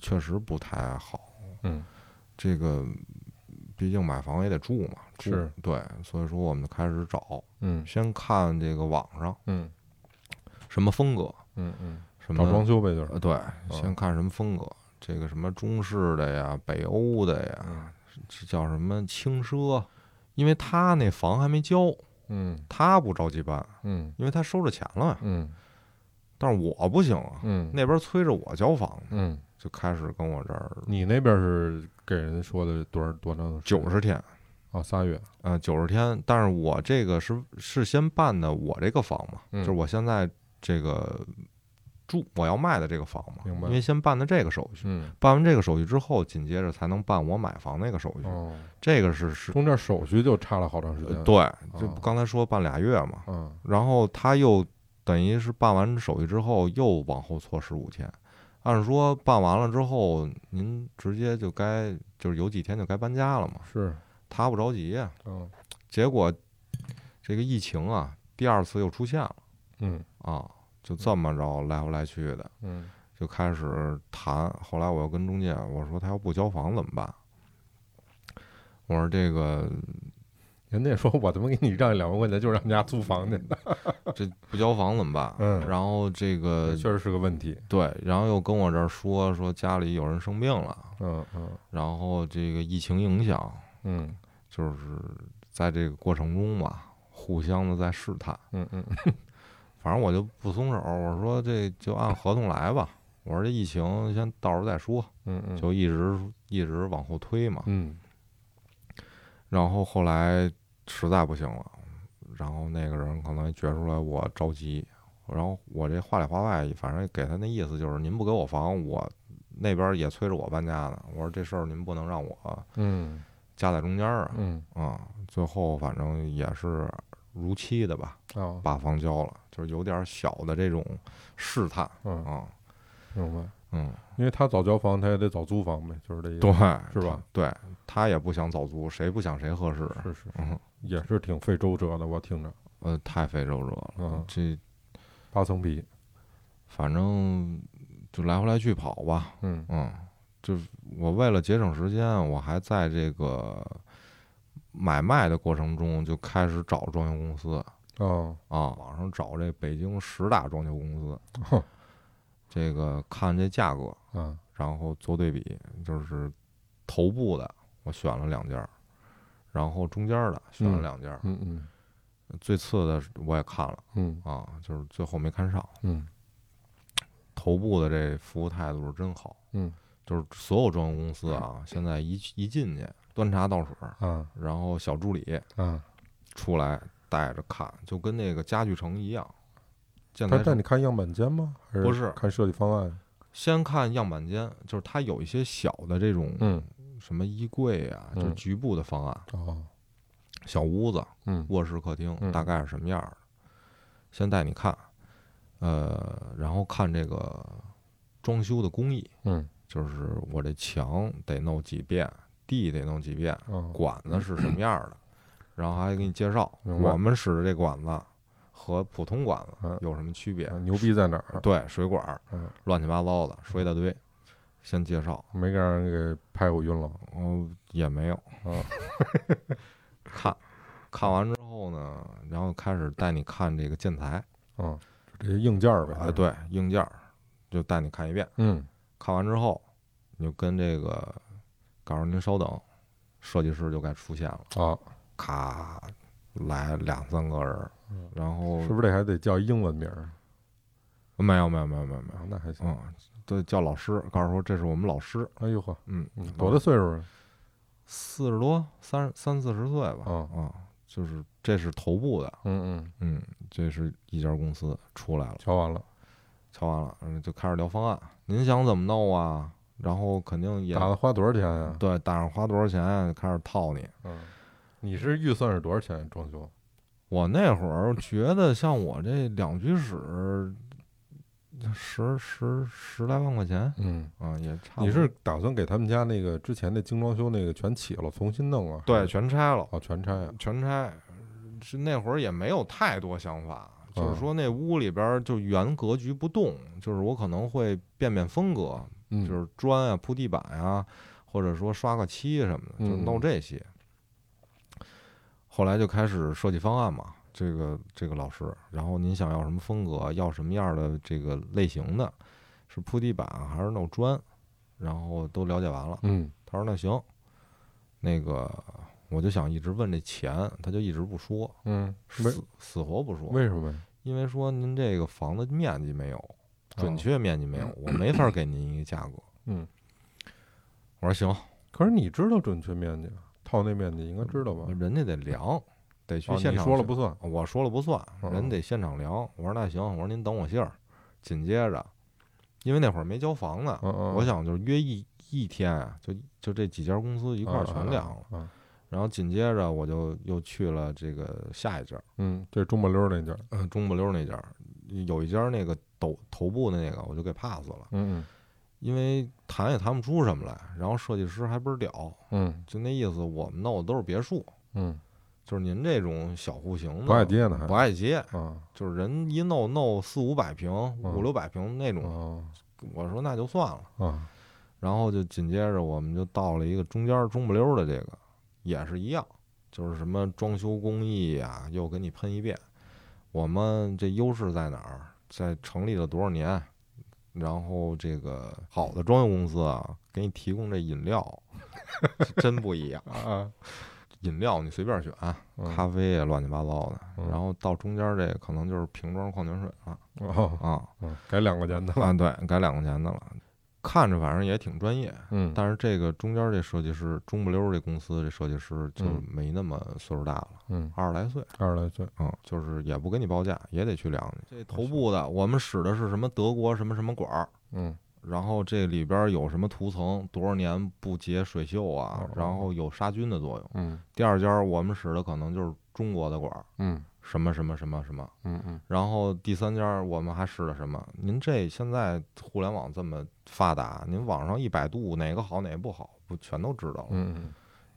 确实不太好。嗯嗯这个毕竟买房也得住嘛，住是对，所以说我们就开始找，嗯先看这个网上嗯什么风格，嗯嗯，什么找装修呗嗯就是，呃，对，先看什么风格，这个什么中式的呀、北欧的呀，嗯这叫什么轻奢？因为他那房还没交，嗯他不着急办，嗯因为他收着钱了呀。嗯但是我不行啊，嗯那边催着我交房，嗯，就开始跟我这儿你那边是给人说的多少多长时间？九十天，哦，仨月，呃，九十天。但是我这个是是先办的我这个房嘛，嗯就是我现在这个住我要卖的这个房嘛，明白因为先办的这个手续。嗯办完这个手续之后，紧接着才能办我买房那个手续。哦，这个是是，中间手续就差了好长时呃间，，对，就哦刚才说办俩月嘛，嗯然后他又等于是办完手续之后又往后错十五天，按说办完了之后您直接就该就是有几天就该搬家了嘛，是，他不着急呀，嗯结果这个疫情啊第二次又出现了嗯啊，就这么着来回来去的，嗯就开始谈。后来我又跟中介我说他要不交房怎么办？我说这个人家说我他妈给你让两万块钱，就让你家租房去，这不交房怎么办？嗯然后这个确实是个问题。对，然后又跟我这儿说说家里有人生病了，嗯嗯然后这个疫情影响，嗯就是在这个过程中吧，互相的在试探。嗯嗯反正我就不松手，我说这就按合同来吧。我说这疫情先到时候再说，嗯嗯，就一直一直往后推嘛。嗯然后后来实在不行了，然后那个人可能也觉出来我着急，然后我这话里话外，反正给他那意思就是您不给我房，我那边也催着我搬家呢。我说这事儿您不能让我嗯夹在中间儿啊。嗯啊、最后反正也是如期的吧，哦，把房交了，就是有点小的这种试探嗯，啊。明白。嗯，因为他早交房，他也得早租房呗，就是这意思。对，是吧？对他也不想早租，谁不想谁合适？是是，嗯，也是挺费周折的，我听着。呃，太费周折了。嗯，这八层皮。反正就来回来去跑吧，嗯嗯，就是我为了节省时间，我还在这个买卖的过程中就开始找装修公司哦，啊，网上找这北京十大装修公司，哼这个看这价格，啊然后做对比，就是头部的我选了两家儿，然后中间儿的选了嗯两家儿，嗯嗯最次的我也看了嗯啊，就是最后没看上。嗯头部的这服务态度是真好，嗯就是所有装修公司 [LAUGHS] 啊，现在一一进去端茶倒水。啊然后小助理啊，出来带着看，就跟那个家具城一样。建他材带城你看样板间吗？还不是是看设计方案？先看样板间，就是它有一些小的这种嗯什么衣柜啊，嗯就局部的方案，哦小屋子、嗯卧室、客厅嗯大概是什么样儿的，先带你看，呃，然后看这个装修的工艺，嗯就是我这墙得弄几遍，地得弄几遍，哦管子是什么样儿的，然后还给你介绍明白我们使的这管子和普通管嗯子有什么区别啊，牛逼在哪儿？对，水管儿嗯乱七八糟的说一大堆，先介绍，没给让人给拍我晕了。嗯，也没有嗯， [LAUGHS] 看，看完之后呢，然后开始带你看这个建材，啊，这些硬件儿呗。哎，，对，硬件儿就带你看一遍，啊嗯看完之后你就跟这个告诉您稍等，设计师就该出现了，啊，咔来两三个人儿嗯，然后是不是这还得叫英文名儿没有没有没有没有没有啊？，那还行。嗯，对，叫老师，告诉说这是我们老师，哎呦呵，嗯嗯，多大岁数啊？四十多，三三四十岁吧，哦啊，就是这是头部的，嗯嗯，嗯，这是一家公司出来了，瞧完了，瞧完了，嗯，就开始聊方案，您想怎么弄啊？然后肯定也打算花多少钱啊呀？对，打上花多少钱啊开始套你。嗯，你是预算是多少钱装修？啊我那会儿觉得像我这两居室，十十十来万块钱嗯，啊、也差不多。你是打算给他们家那个之前那精装修那个全起了，重新弄啊？还对是全拆了，哦，全拆啊。嗯全拆，是那会儿也没有太多想法，就嗯是说那屋里边儿就原格局不动，就是我可能会变变风格，嗯，就是砖啊、铺地板啊，或者说刷个漆什么的，就嗯弄这些。后来就开始设计方案嘛，这个这个老师，然后您想要什么风格，要什么样的这个类型的，是铺地板啊还是弄砖，然后都了解完了。嗯他说那行，那个我就想一直问这钱，他就一直不说，嗯，为死死活不说，为什么呀？因为说您这个房子面积没有，准确面积没有，我没法给您一个价格。哦 [CLEARS THROAT] 嗯，我说行，可是你知道准确面积啊，套那面积应该知道吧？人家得量，得去啊现你场、说了不？算。我说了不算，嗯人得现场量。我说那行，我说您等我信儿。紧接着，因为那会儿没交房呢，嗯嗯，我想就是约一一天啊，就就这几家公司一一块儿全量了。了。啊然后紧接着我就又去了这个下一家，嗯，这中不溜儿那家。嗯，中不溜那家，有一家那个头头部的那个，我就给 pass 了，嗯因为谈也谈不出什么来，然后设计师还倍儿屌，嗯就那意思，我们弄的都是别墅，嗯就是您这种小户型嗯，的不爱接呢还不。爱接，啊就是人一弄弄四五百平、嗯五六百平那种，哦我说那就算了。啊然后就紧接着我们就到了一个中间儿中不溜儿的这个，也是一样，就是什么装修工艺呀、又给你喷一遍。我们这优势在哪儿？在成立了多少年？然后这个好的装修公司啊，给你提供这饮料， [LAUGHS] 是真不一样。啊啊！饮料你随便选，嗯咖啡也乱七八糟的。嗯然后到中间儿这可能就是瓶装矿泉水了哦，啊嗯，改两块钱的了。啊，对，改两块钱的了。看着反正也挺专业，嗯，但是这个中间这设计师中不溜儿这公司这设计师就嗯没那么岁数大了，嗯，二十来岁，二十来岁，嗯，就是也不给你报价，也得去量去。这头部的我们使的是什么德国什么什么管儿，嗯然后这里边儿有什么涂层，多少年不结水锈啊哦，然后有杀菌的作用。嗯第二家儿我们使的可能就是中国的管儿，嗯什么什么什么什么。嗯嗯然后第三家儿我们还试了什么？您这现在互联网这么发达，您网上一百度哪个好哪个不好，不全都知道了？嗯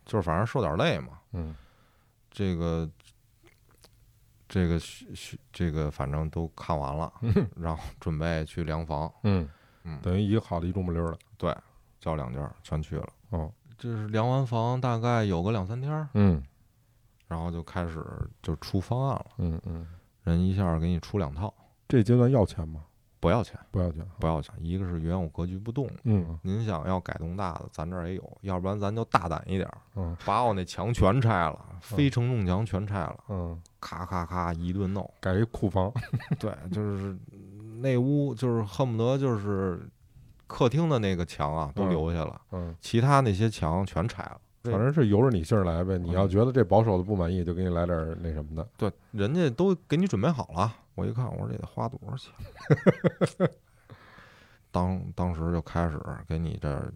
就是反正受点累嘛。嗯这个，这个需需这个反正都看完了，然后准备去量房，嗯嗯等于一个好的，一中不溜儿的，对，叫两家儿全去了。哦，就是量完房大概有个两三天儿，嗯然后就开始就出方案了，嗯嗯，人一下给你出两套，这阶段要钱吗？不要钱，不要钱，不要钱。一个是原有格局不动，嗯您想要改动大的，咱这儿也有，要不然咱就大胆一点儿，嗯把我那墙全拆了，非承重墙全拆了，嗯，咔咔咔一顿弄。改一库房，对，就是那屋就是恨不得就是客厅的那个墙啊都嗯留下了，嗯，其他那些墙全拆了。反正是由着你信儿来呗。你要觉得这保守的不满意，就给你来点儿那什么的，对，人家都给你准备好了。我一看，我说这得花多少钱？ [LAUGHS] 当当时就开始给你这儿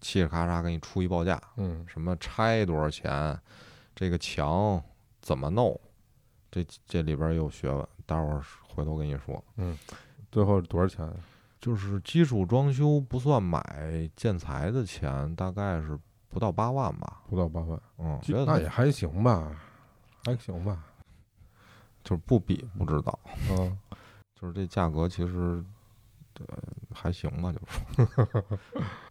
嘁哩咔嚓给你出一报价，嗯什么拆多少钱，这个墙怎么弄，这这里边儿也有学问，待会儿回头跟你说。最后多少钱？就是基础装修不算买建材的钱，大概是不到八万吧。不到八万，嗯，觉得那也还行吧，还行吧，就是不比不知道，嗯就是这价格其实，呃，还行吧，就是。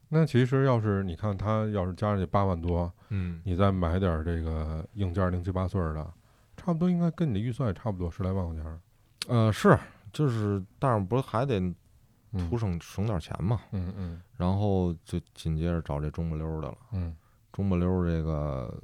那其实要是你看他要是加上去八万多，嗯，你再买点儿这个硬件零七八碎儿的，差不多应该跟你的预算也差不多，十来万块钱儿。呃，是，就是，但是不是还得嗯图省省点钱嘛？嗯嗯然后就紧接着找这中不溜儿的了。嗯中不溜儿这个，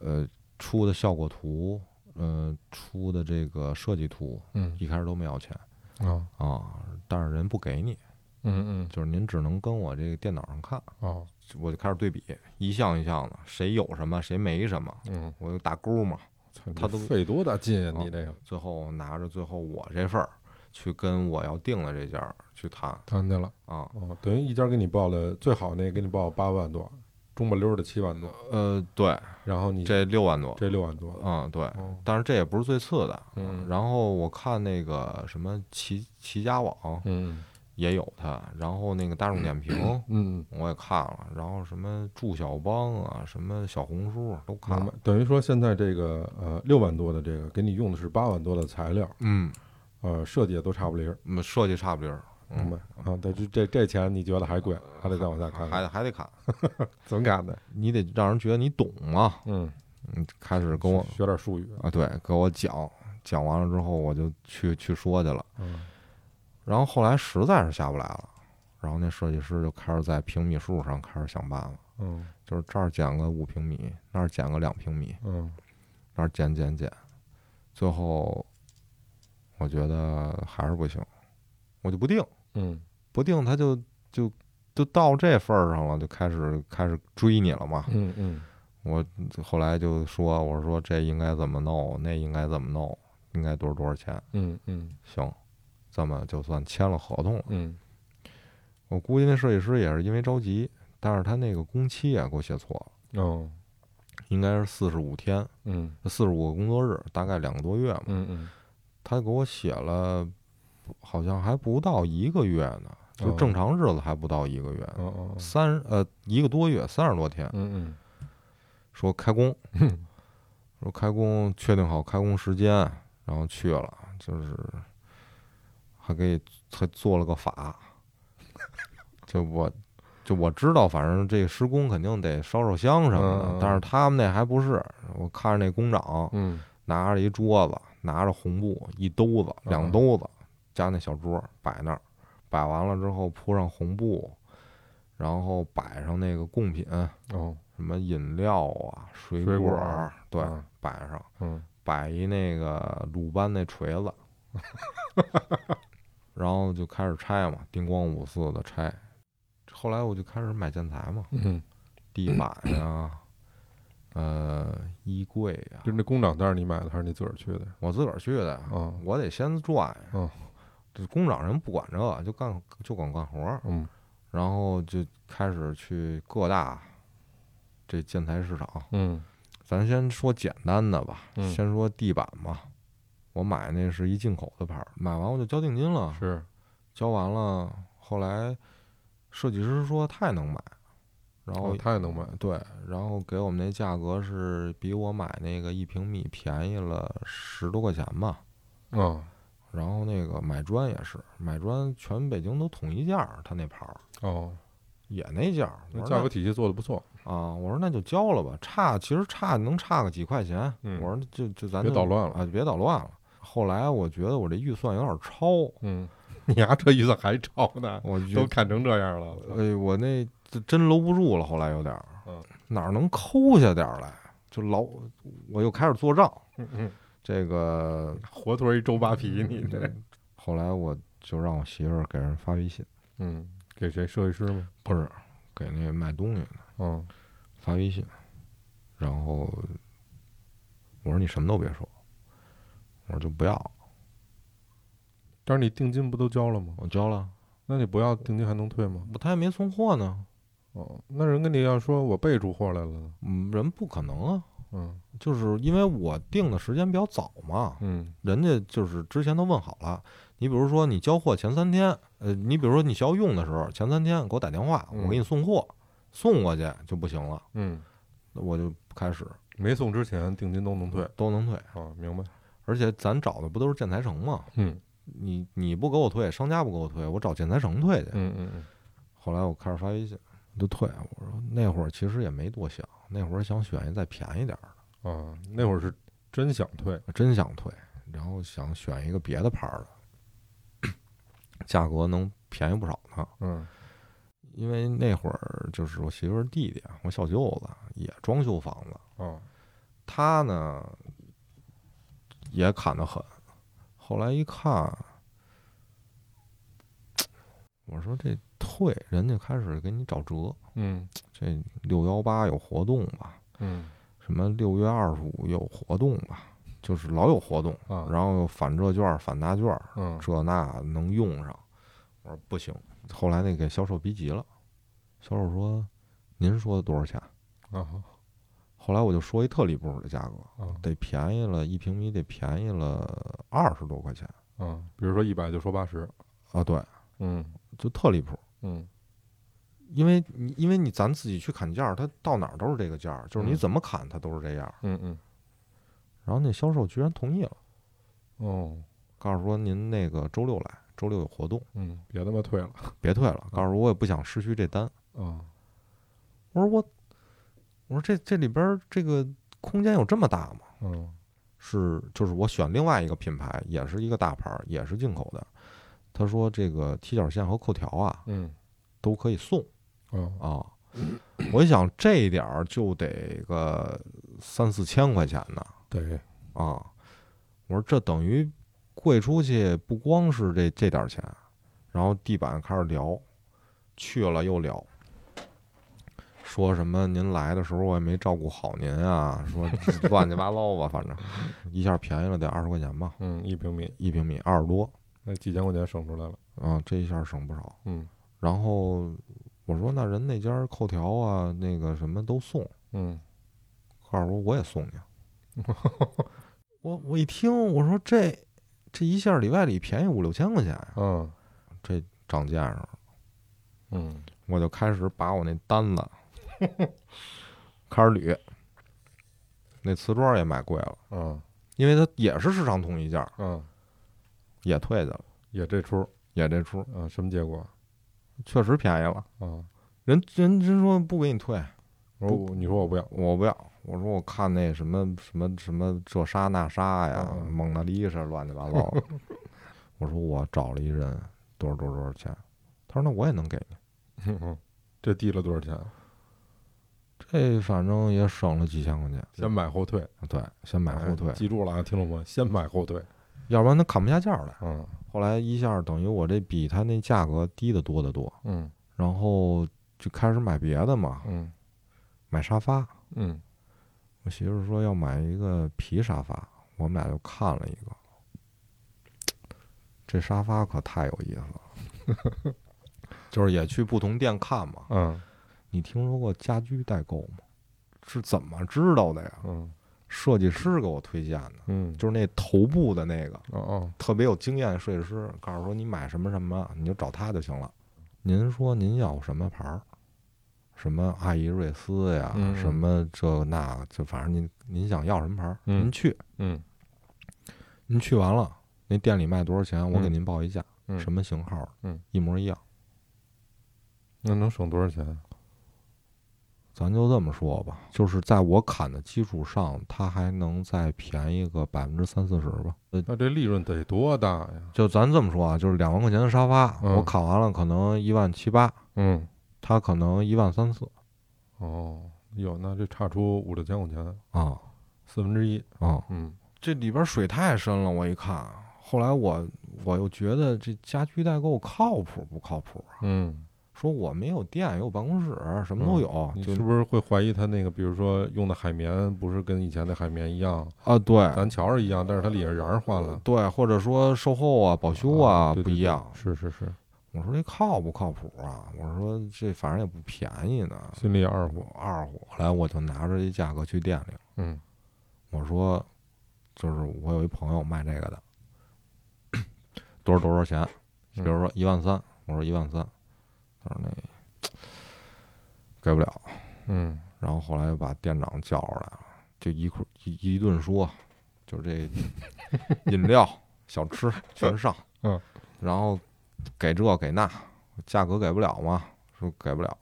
呃，出的效果图，呃，出的这个设计图，嗯一开始都没要钱啊啊，但是人不给你。嗯嗯就是您只能跟我这个电脑上看，哦我就开始对比一项一项的，谁有什么，谁没什么，嗯，我就打勾嘛。操你他都费多大劲啊！你这个最后拿着最后我这份儿去跟我要定的这家儿去谈谈去了啊。哦，等于一家给你报了最好那个给你报八万多，中不溜儿的七万多，呃，对，然后你这六万多，这六万多，嗯，对，哦但是这也不是最次的。嗯然后我看那个什么齐齐家网嗯也有它，然后那个大众点 [CLEARS THROAT] 评嗯，我也看了，然后什么住小帮啊，什么小红书啊都看明白了。。等于说现在这个呃六万多的这个给你用的是八万多的材料，嗯，呃设计也都差不离儿。嗯设计差不离儿。嗯明白啊，但这这这钱你觉得还贵，还得再往下看还看，得还得看，怎么干的？你得让人觉得你懂嘛。嗯，嗯，开始跟我学学点术语，啊，对，给我讲，讲完了之后我就去去说去了。嗯然后后来实在是下不来了，然后那设计师就开始在平米数上开始想办法，嗯就是这儿减个五平米，那儿减个两平米，嗯那儿减减减，最后我觉得还是不行，我就不定，嗯不定他就就就到这份儿上了，就开始开始追你了嘛。嗯嗯我后来就说，我说这应该怎么弄，那应该怎么弄，应该多少多少钱？嗯嗯行，这么就算签了合同了。嗯我估计那设计师也是因为着急，但是他那个工期啊给我写错了，嗯哦应该是四十五天，嗯四十五个工作日，大概两个多月嘛。嗯嗯他给我写了，好像还不到一个月呢，就哦正常日子还不到一个月呢，哦哦三呃一个多月，三十多天。嗯说开工嗯，说开工，确定好开工时间，然后去了，就是还给还做了个法，就我就我知道，反正这施工肯定得烧烧香什么嗯嗯嗯的，但是他们那还不是，我看着那工长嗯拿着一桌子，拿着红布一兜子，嗯两兜子加那小桌摆那儿，摆完了之后铺上红布，然后摆上那个贡品。嗯哦什么饮料啊、水水果儿对，嗯摆上，嗯摆一那个鲁班那锤子， [LAUGHS] 然后就开始拆嘛，叮咣五四的拆。后来我就开始买建材 [CLEARS THROAT] 嘛，嗯，地板呀、呃，衣柜呀、就是那工长袋儿你买的还是你自个儿去的？我自个儿去的呀，啊，我得先转呀。嗯这工长人不管这个，就干就管干活儿。嗯然后就开始去各大这建材市场。嗯咱先说简单的吧，嗯先说地板吧。我买那是一进口的牌儿，买完我就交定金了，是，交完了，后来设计师说他也能买，然后、哦，他也能买，对，然后给我们那价格是比我买那个一平米便宜了十多块钱吧。啊然后那个买砖也是，买砖全北京都统一价儿，他那牌儿哦，也那价儿。我那说价那格体系做的不错，啊，我说那就交了吧，差其实差能差个几块钱。嗯我说就就咱别就捣乱了啊，别捣乱了。后来我觉得我这预算有点超，嗯，你丫这预算还超呢，我都就砍成这样了，我操哎我那这真搂不住了，后来有点儿嗯哪儿能抠下点儿来，就老我又开始做账，嗯嗯，这个 [LAUGHS] 活腿儿一周扒嗯皮，你这，后来我就让我媳妇儿给人发微信，嗯，给谁设计师吗？不是给那卖东西的嗯发微信，然后我说你什么都别说，我说就不要，但是你定金不都交了吗？我交了。那你不要定金还能退吗？我他还没送货呢，哦，那人跟你要说我备出货来了呢，嗯，人不可能啊，嗯就是因为我定的时间比较早嘛，嗯人家就是之前都问好了，你比如说你交货前三天，呃，你比如说你需要用的时候，前三天给我打电话，嗯我给你送货，送过去就不行了，嗯，那我就开始没送之前定金都能退，都能退，哦，明白，而且咱找的不都是建材城吗？嗯你你不给我退，商家不给我退，我找建材城退去。嗯嗯嗯，后来我开始发微信，就退。我说那会儿其实也没多想，那会儿想选一再便宜点儿。啊，那会儿是真想退，我真想退，然后想选一个别的牌儿的，价格能便宜不少呢。嗯因为那会儿就是我媳妇儿弟弟啊，我小舅子也装修房子，哦他呢也砍得很。后来一看，我说这退，人家开始给你找折，嗯这六幺八有活动吧？嗯什么六月二十五有活动吧？就是老有活动，啊，然后又返这券儿返那券儿，嗯这那能用上。我说不行，后来那给销售逼急了，销售说：“您说的多少钱啊好？”后来我就说一特里布尔的价格，啊得便宜了一平米得便宜了二十多块钱啊，比如说一百就说八十，啊！对，嗯就特离谱，嗯因为你因为你咱自己去砍价儿，它到哪儿都是这个价儿，就是你嗯怎么砍它都是这样儿。嗯嗯，然后那销售居然同意了，哦告诉说您那个周六来，周六有活动，嗯，别他妈退了别退了。告诉我也不想失去这单。啊，我说我，我说这这里边儿这个空间有这么大吗？嗯是就是我选另外一个品牌，也是一个大牌儿，也是进口的。他说这个踢脚线和扣条啊嗯都可以送哦啊。我一想这一点儿就得个三四千块钱呢对，啊。我说这等于贵出去不光是这这点儿钱，然后地板开始聊，去了又聊。说什么您来的时候我也没照顾好您啊，说乱七八糟吧，反正一下便宜了得二十块钱吧，嗯一平米一平米二十多那几千块钱省出来了，啊，这一下省不少。嗯然后我说那人那家扣条啊，那个什么都送，嗯告诉我我也送你。啊我我一听我说这这一下里外里便宜五六千块钱呀、啊这涨价上了。嗯我就开始把我那单子开始捋，那瓷砖也买贵了，啊因为它也是市场统一价，啊，也退去了，也这出也这出啊，什么结果确实便宜了。啊？人人真说不给你退，我说我你说我不要，我不要。我说我看那什么什么什么这莎那莎呀，嗯蒙娜丽莎乱七八糟 [LAUGHS] 的。我说我找了一人多少多少多少钱，他说那我也能给你，嗯这低了多少钱？这反正也省了几千块钱。先买后退，哎对，先买后退哎，记住了啊，听懂吗？先买后退。要不然它砍不下价来。嗯后来一下等于我这比它那价格低得多得多，嗯然后就开始买别的嘛，嗯买沙发。嗯我媳妇儿说要买一个皮沙发，我们俩就看了一个。这沙发可太有意思了，就是也去不同店看嘛。嗯你听说过家居代购吗？是怎么知道的呀？嗯设计师给我推荐的，嗯，就是那头部的那个哦哦，特别有经验的设计师，告诉说你买什么什么，你就找他就行了。您说您要什么牌儿？什么爱依瑞斯呀，嗯嗯什么这那个，就反正您您想要什么牌儿，嗯您去，嗯您去完了，那店里卖多少钱，我给嗯您报一价，嗯，什么？么型号，嗯，一模一样。那能省多少钱？咱就这么说吧，就是在我砍的基础上，它还能再便宜个百分之三四十吧。呃，那这利润得多大呀？就咱这么说啊，就是两万块钱的沙发，嗯我砍完了可能一万七八，嗯，它可能一万三四哦，哟，那这差出五六千块钱，啊四分之一。啊！嗯这里边水太深了，我一看，后来我我又觉得这家居代购靠谱不靠谱啊？嗯，说我们也有店，也有办公室，什么都有，你就是不是会怀疑他那个，比如说用的海绵不是跟以前的海绵一样，啊，对，咱瞧着一样，但是它里边瓤儿换了，对，或者说售后啊、保修啊对不对一对样。是是是，我说这靠不靠谱啊？我说这反正也不便宜呢，心里二我乎。二货。后来我就拿着这价格去店里，嗯我说就是我有一朋友卖这个的，多少多少钱？嗯比如说一万三，我说一万三，他说那给不了。嗯然后后来又把店长叫出来了，就一块一一顿说，就 [LAUGHS] 这饮料、小吃全上，嗯，然后给这给那，价格给不了吗？说给不了。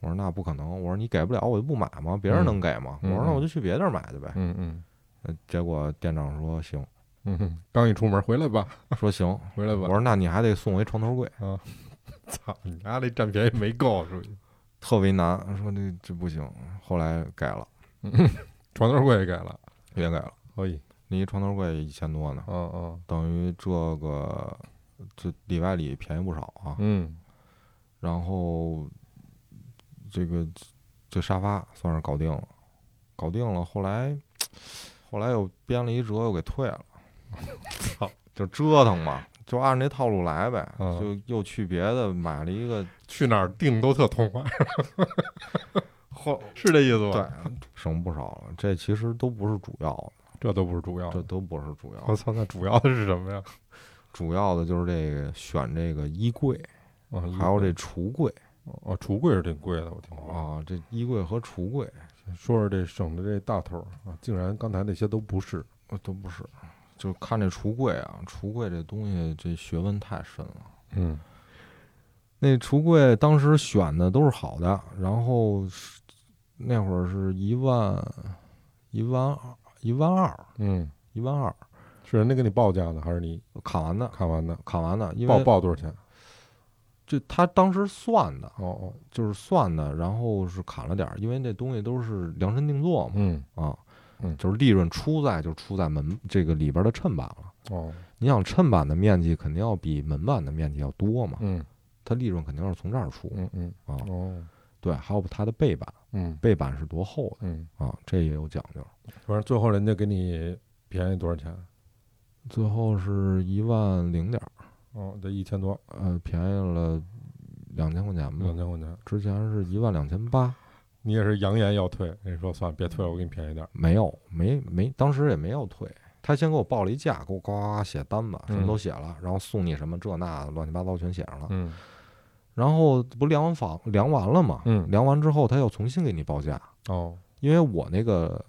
我说那不可能，我说你给不了我就不买吗？别人嗯能给吗？嗯我说那嗯我就去别地儿买去呗。嗯嗯呃结果店长说 [LAUGHS] 行，嗯哼，刚一出门回来吧， [LAUGHS] 说行。回来我吧。说那你还得送我一床头柜，操，你丫这占便宜没够，属于特为难。说这这不行，后来给了，床头柜也改了。也给了，可以，那一床头柜一千多呢。嗯嗯等于这个这里外里便宜不少啊。嗯然后这个这沙发算是搞定了，搞定了。后来后来又编了一折，又给退 [LAUGHS] 了。操，就折腾嘛，就按这套路来呗。嗯就又去别的买了一个去哪儿订都特痛 [LAUGHS] 快，后，是这意思对吧？，省不少了。这其实都不是主要的，对，这都不是主要这的。都不是主要我的，操，那主要的是什么呀？主要的就是这个选这个衣柜，啊，还有这橱柜哦，橱柜是挺贵的，我听说。啊，这衣柜和橱柜。说说这省的这大头儿啊，竟然刚才那些都不是。呃，都不是，就看这橱柜啊，橱柜这东西这学问太深了。嗯那橱柜当时选的都是好的，然后是那会儿是一万一万二一万二嗯，一万二是人家给你报价的，还是你砍完的，看完的？砍完的，因报为报多少钱？就他当时算的，哦哦，就是算的，然后是砍了点儿，因为这东西都是量身定做嘛，嗯啊，嗯就是利润出在就出在门这个里边的衬板了。哦你想衬板的面积肯定要比门板的面积要多嘛，嗯它利润肯定是从这儿出。嗯嗯啊哦对，还有它的背板，嗯背板是多厚嗯，的啊，这也有讲究。反正最后人家给你便宜多少钱？最后是一万零点儿，哦，得一千多，呃，便宜了两千块钱吧两。千块钱。之前是一万两千八，你也是扬言要退，人家说算了，别退了，我给你便宜点儿。没有，没没，当时也没要退。他先给我报了一价，给我呱呱呱写单子，什么都写了，然后送你什么这那的乱七八糟全写上了。嗯然后不量完房量完了嘛，嗯量完之后他又重新给你报价，哦因为我那个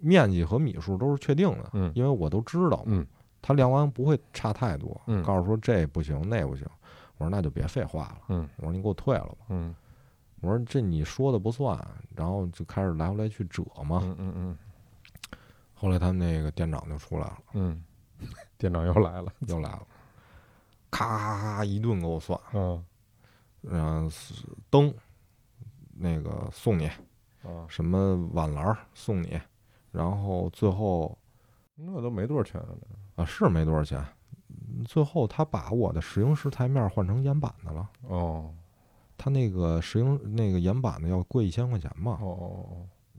面积和米数都是确定的，嗯因为我都知道嘛，嗯他量完不会差太多，嗯告诉说这不行那不行，我说那就别废话了，嗯我说你给我退了吧，嗯我说这你说的不算，然后就开始来回来去折嘛，嗯嗯嗯后来他们那个店长就出来了，嗯，店长又来了。又来了，咔咔咔一顿给我算，嗯嗯，是灯那个送你啊，什么碗篮儿送你，然后最后那都没多少钱啊。啊、啊，是没多少钱。最后他把我的石英石台面换成岩板的了，哦他那个石英那个岩板的要贵一千块钱哦嘛，哦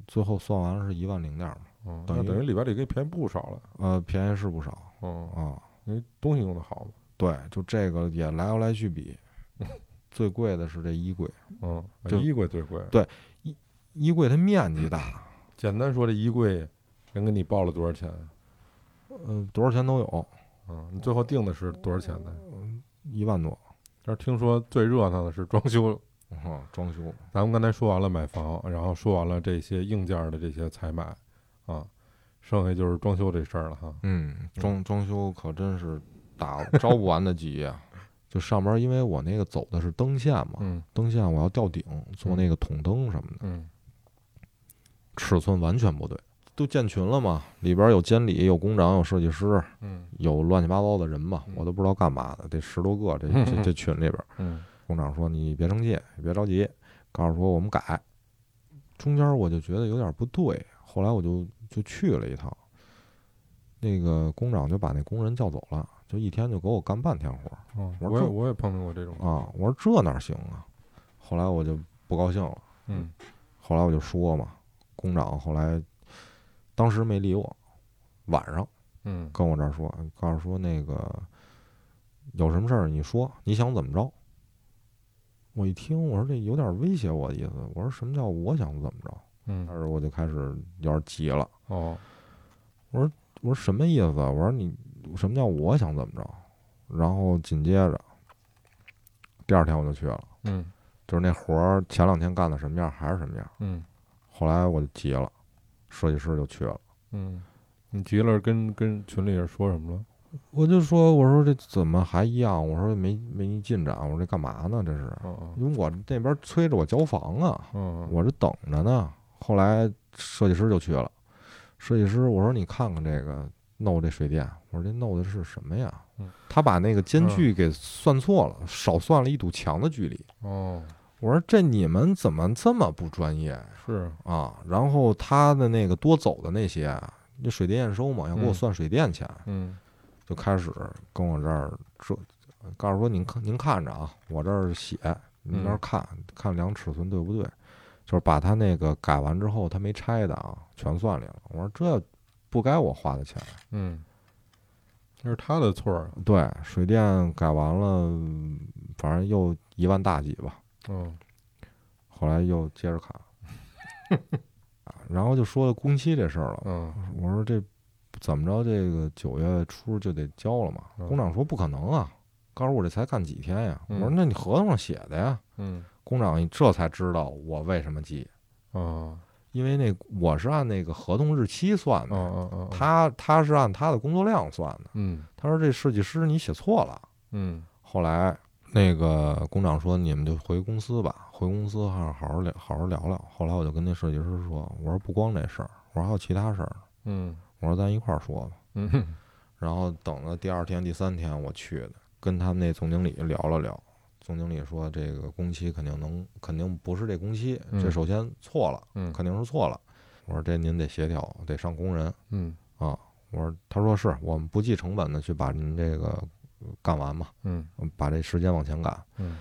最后算完了是一万零点儿嘛，哦哦，等那于等于里边得给便宜不少了。呃，便宜是不少哦，啊。因为东西用的好嘛。对，就这个也来来去比， [LAUGHS] 最贵的是这衣柜，嗯，啊就衣柜最贵。对衣柜它面积大，简单说，这衣柜人给你报了多少钱？呃，多少钱都有，嗯，你最后定的是多少钱呢？一万多，但是听说最热闹的是装修。啊，装修，咱们刚才说完了买房，然后说完了这些硬件的这些采买，啊，剩下就是装修这事儿了哈。嗯，装装修可真是打招不完的急呀、 [LAUGHS] 就上边，因为我那个走的是灯线嘛，嗯灯线我要吊顶做那个筒灯什么的，嗯尺寸完全不对，都建群了嘛，里边有监理，有工长，有设计师，嗯有乱七八糟的人嘛，我都不知道干嘛的，得十多个这这这群里边。嗯工长说：“你别生气，也别着急，告诉说我们改。”中间我就觉得有点不对，后来我就就去了一趟。那个工长就把那工人叫走了，就一天就给我干半天活儿哦，我我也说我也碰见过这种。啊！我说这哪行啊？后来我就不高兴了，嗯后来我就说嘛，工长后来当时没理我，晚上嗯跟我这儿说，告诉说那个有什么事儿你说，你想怎么着？我一听，我说这有点威胁我的意思。我说什么叫我想怎么着？但嗯是我就开始有点急了。哦我说什么意思啊？我说你什么叫我想怎么着？然后紧接着第二天我就去了，嗯就是那活儿前两天干的什么样还是什么样。嗯后来我就急了，设计师就去了。嗯，你急了跟跟群里人说什么了？我就说，我说这怎么还一样？我说没没进展，我说这干嘛呢？这是。哦因为我那边催着我交房啊，哦哦，我这等着呢。后来设计师就去了，设计师我说你看看这个弄这水电，我说这弄的是什么呀嗯？他把那个间距给算错了，少算了一堵墙的距离。哦我说这你们怎么这么不专业是啊？然后他的那个多走的那些，啊那水电验收嘛，要给我嗯算水电钱，嗯就开始跟我这儿这，告诉说您看您看着啊，我这儿写，您那儿看、看量尺寸对不对？就是把他那个改完之后，他没拆的啊，全算里了。我说这不该我花的钱。啊嗯，那是他的错儿啊。对，水电改完了，嗯反正又一万大几吧，嗯后来又接着砍。啊然后就说了工期这事儿了，嗯我说这怎么着，这个九月初就得交了嘛？嗯工长说不可能啊，告诉我这才干几天呀。我嗯说那你合同上写的呀。嗯工长这才知道我为什么急，哦因为那我是按那个合同日期算哦的，哦哦，他他是按他的工作量算的。嗯他说这设计师你写错了。嗯后来那个工长说你们就回公司吧，回公司好好聊好好聊聊。后来我就跟那设计师说，我说不光这事儿，我说还有其他事儿，嗯我说咱一块儿说吧。嗯然后等了第二天、第三天我去的，跟他们那总经理聊了聊。总经理说这个工期肯定能，肯定不是这工期，嗯这首先错了，嗯肯定是错了。我说这您得协调，得上工人嗯啊。我说，他说是我们不计成本的去把您这个呃干完嘛，嗯我们把这时间往前赶。嗯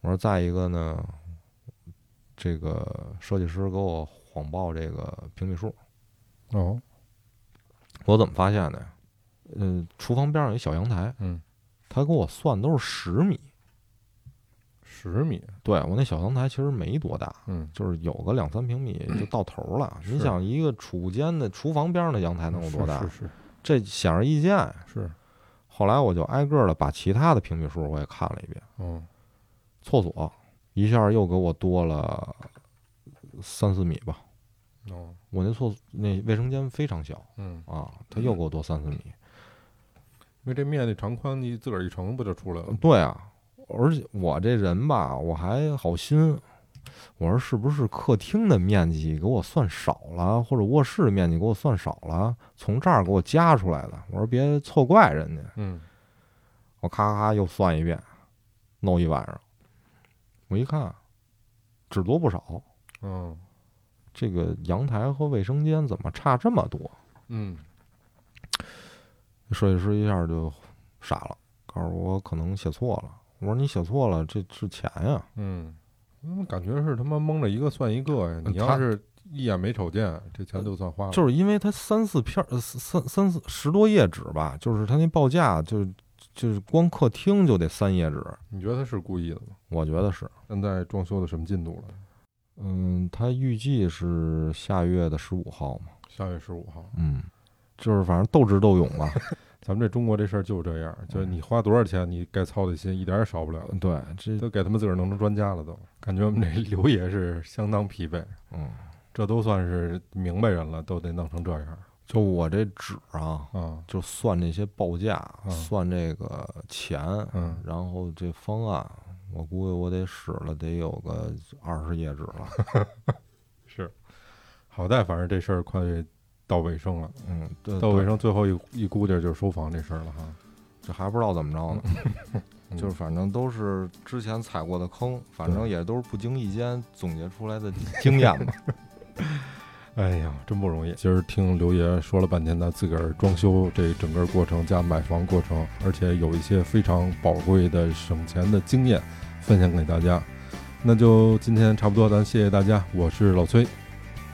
我说再一个呢，这个设计师给我谎报这个平米数，哦我怎么发现的呀？呃，厨房边上有一小阳台，嗯他给我算都是十米。十米啊对我那小阳台其实没多大，嗯。就是有个两三平米就到头了。是你想一个储物间的厨房边上的阳台能有多大？是是这显而易见呀。是，是后来我就挨个的把其他的平米数我也看了一遍，嗯厕所一下又给我多了三四米吧。哦，我那厕那卫生间非常小嗯，啊，它又给我多三四米。因为这面积长宽你自个儿一乘不就出来了？对啊，而且我这人吧，我还好心，我说是不是客厅的面积给我算少了，或者卧室的面积给我算少了，从这儿给我加出来的？我说别错怪人家，嗯我咔咔又算一遍，弄一晚上。我一看，只多不少，嗯这个阳台和卫生间怎么差这么多？嗯设计师一下就傻了，告诉我可能写错了。我说你写错了，这是钱啊呀、嗯，嗯，感觉是他妈蒙着一个算一个呀！你他要是一眼没瞅见，这钱呃就算花了。就是因为它三四片儿呃三三四十多页纸吧，就是它那报价就就是光客厅就得三页纸，你觉得他是故意的吗？我觉得是。现在装修的什么进度了？嗯，它预计是下月的十五号嘛。下月十五号，嗯，就是反正斗智斗勇了。咱们这中国这事儿就是这样，就是你花多少钱，你该操的心一点儿也少不了 [LAUGHS] 的，对，这都给他们自个儿弄成专家了都。感觉我们这刘爷是相当疲惫，嗯，这都算是明白人了，都得弄成这样就我这纸啊，啊。就算这些报价，嗯算这个钱，嗯，然后这方案，我估计我得使了得有个二十页纸了。是，好在反正这事儿快到尾声了，嗯，对，到尾对声最后一一估计就是收房这事儿了哈。这还不知道怎么着呢。嗯 [LAUGHS] [LAUGHS] 就是反正都是之前踩过的坑，反正对也都是不经意间总结出来的经验 [LAUGHS] 吧。哎呀，真不容易！今儿听刘爷说了半天他自个儿装修这整个过程加买房过程，而且有一些非常宝贵的省钱的经验分享给大家。那就今天差不多，咱谢谢大家。我是老崔，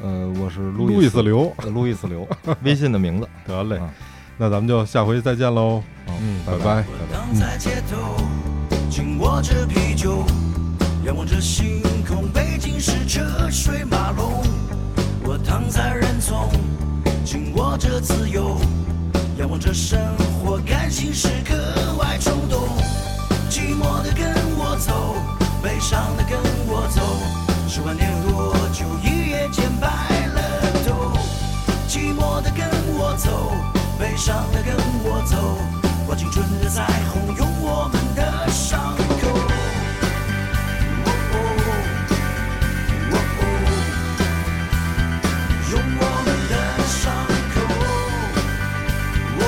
呃，我是路路易斯刘，呃路易斯刘，微信的名字。得嘞啊。那咱们就下回再见喽，好嗯，拜拜拜我躺在街头，紧握着啤酒，仰望着星空，北京是车水马龙。我躺在人丛，紧握着自由，仰望着生活，感性是格外冲动。寂寞的跟我走，悲伤的跟我走，十万年多久，一夜间白了头。寂寞的跟我走，悲伤的跟我走，我青春的彩虹拥我们的伤口。哦哦哦哦拥我们的伤口。哦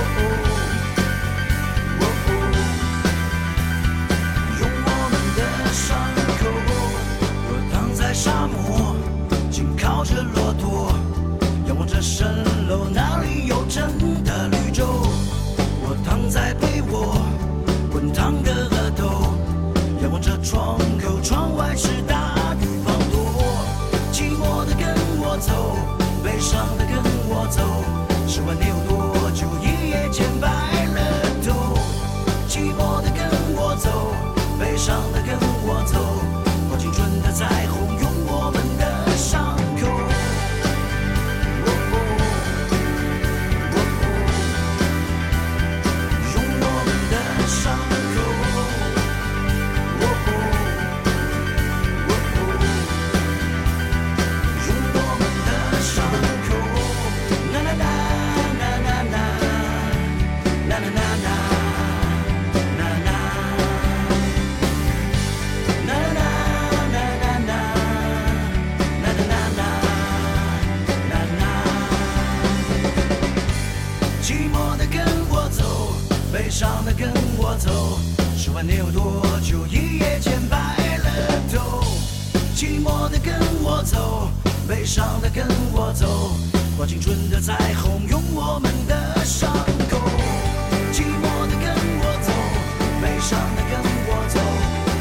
哦哦哦拥我们的伤口。我躺在沙漠，紧靠着骆驼。仰望着蜃楼，哪里有真的绿洲？我躺在被窝，滚烫的额头，仰望着窗口，窗外是大雨滂沱。寂寞的跟我走，悲伤的跟我走，十万年有多久？一夜间白了头。寂寞的跟我走，悲伤的跟我走，我青春的彩虹拥我们的伤口。哦哦哦哦，用我们的伤口，哦哦哦哦，用我们的伤口，啦啦啦啦啦啦，啦啦啦啦啦啦，啦啦啦啦啦啦啦啦啦啦，寂寞的跟我走，悲伤的跟我走，十万年有多久？一夜间白了头。寂寞的跟我走，悲伤的跟我走，我青春的彩虹拥我们的伤口。寂寞的跟我走，悲伤的跟我走，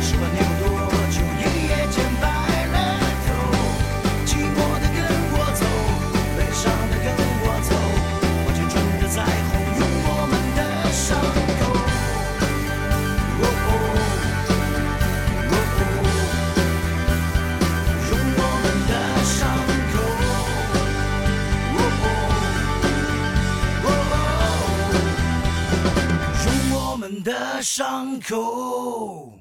十万年有多久？一夜间白了头。寂寞的跟我走，悲伤的跟我走，我青春的彩虹用我们的伤口。哦哦哦哦用我们的伤口。哦哦哦哦用我们的伤口。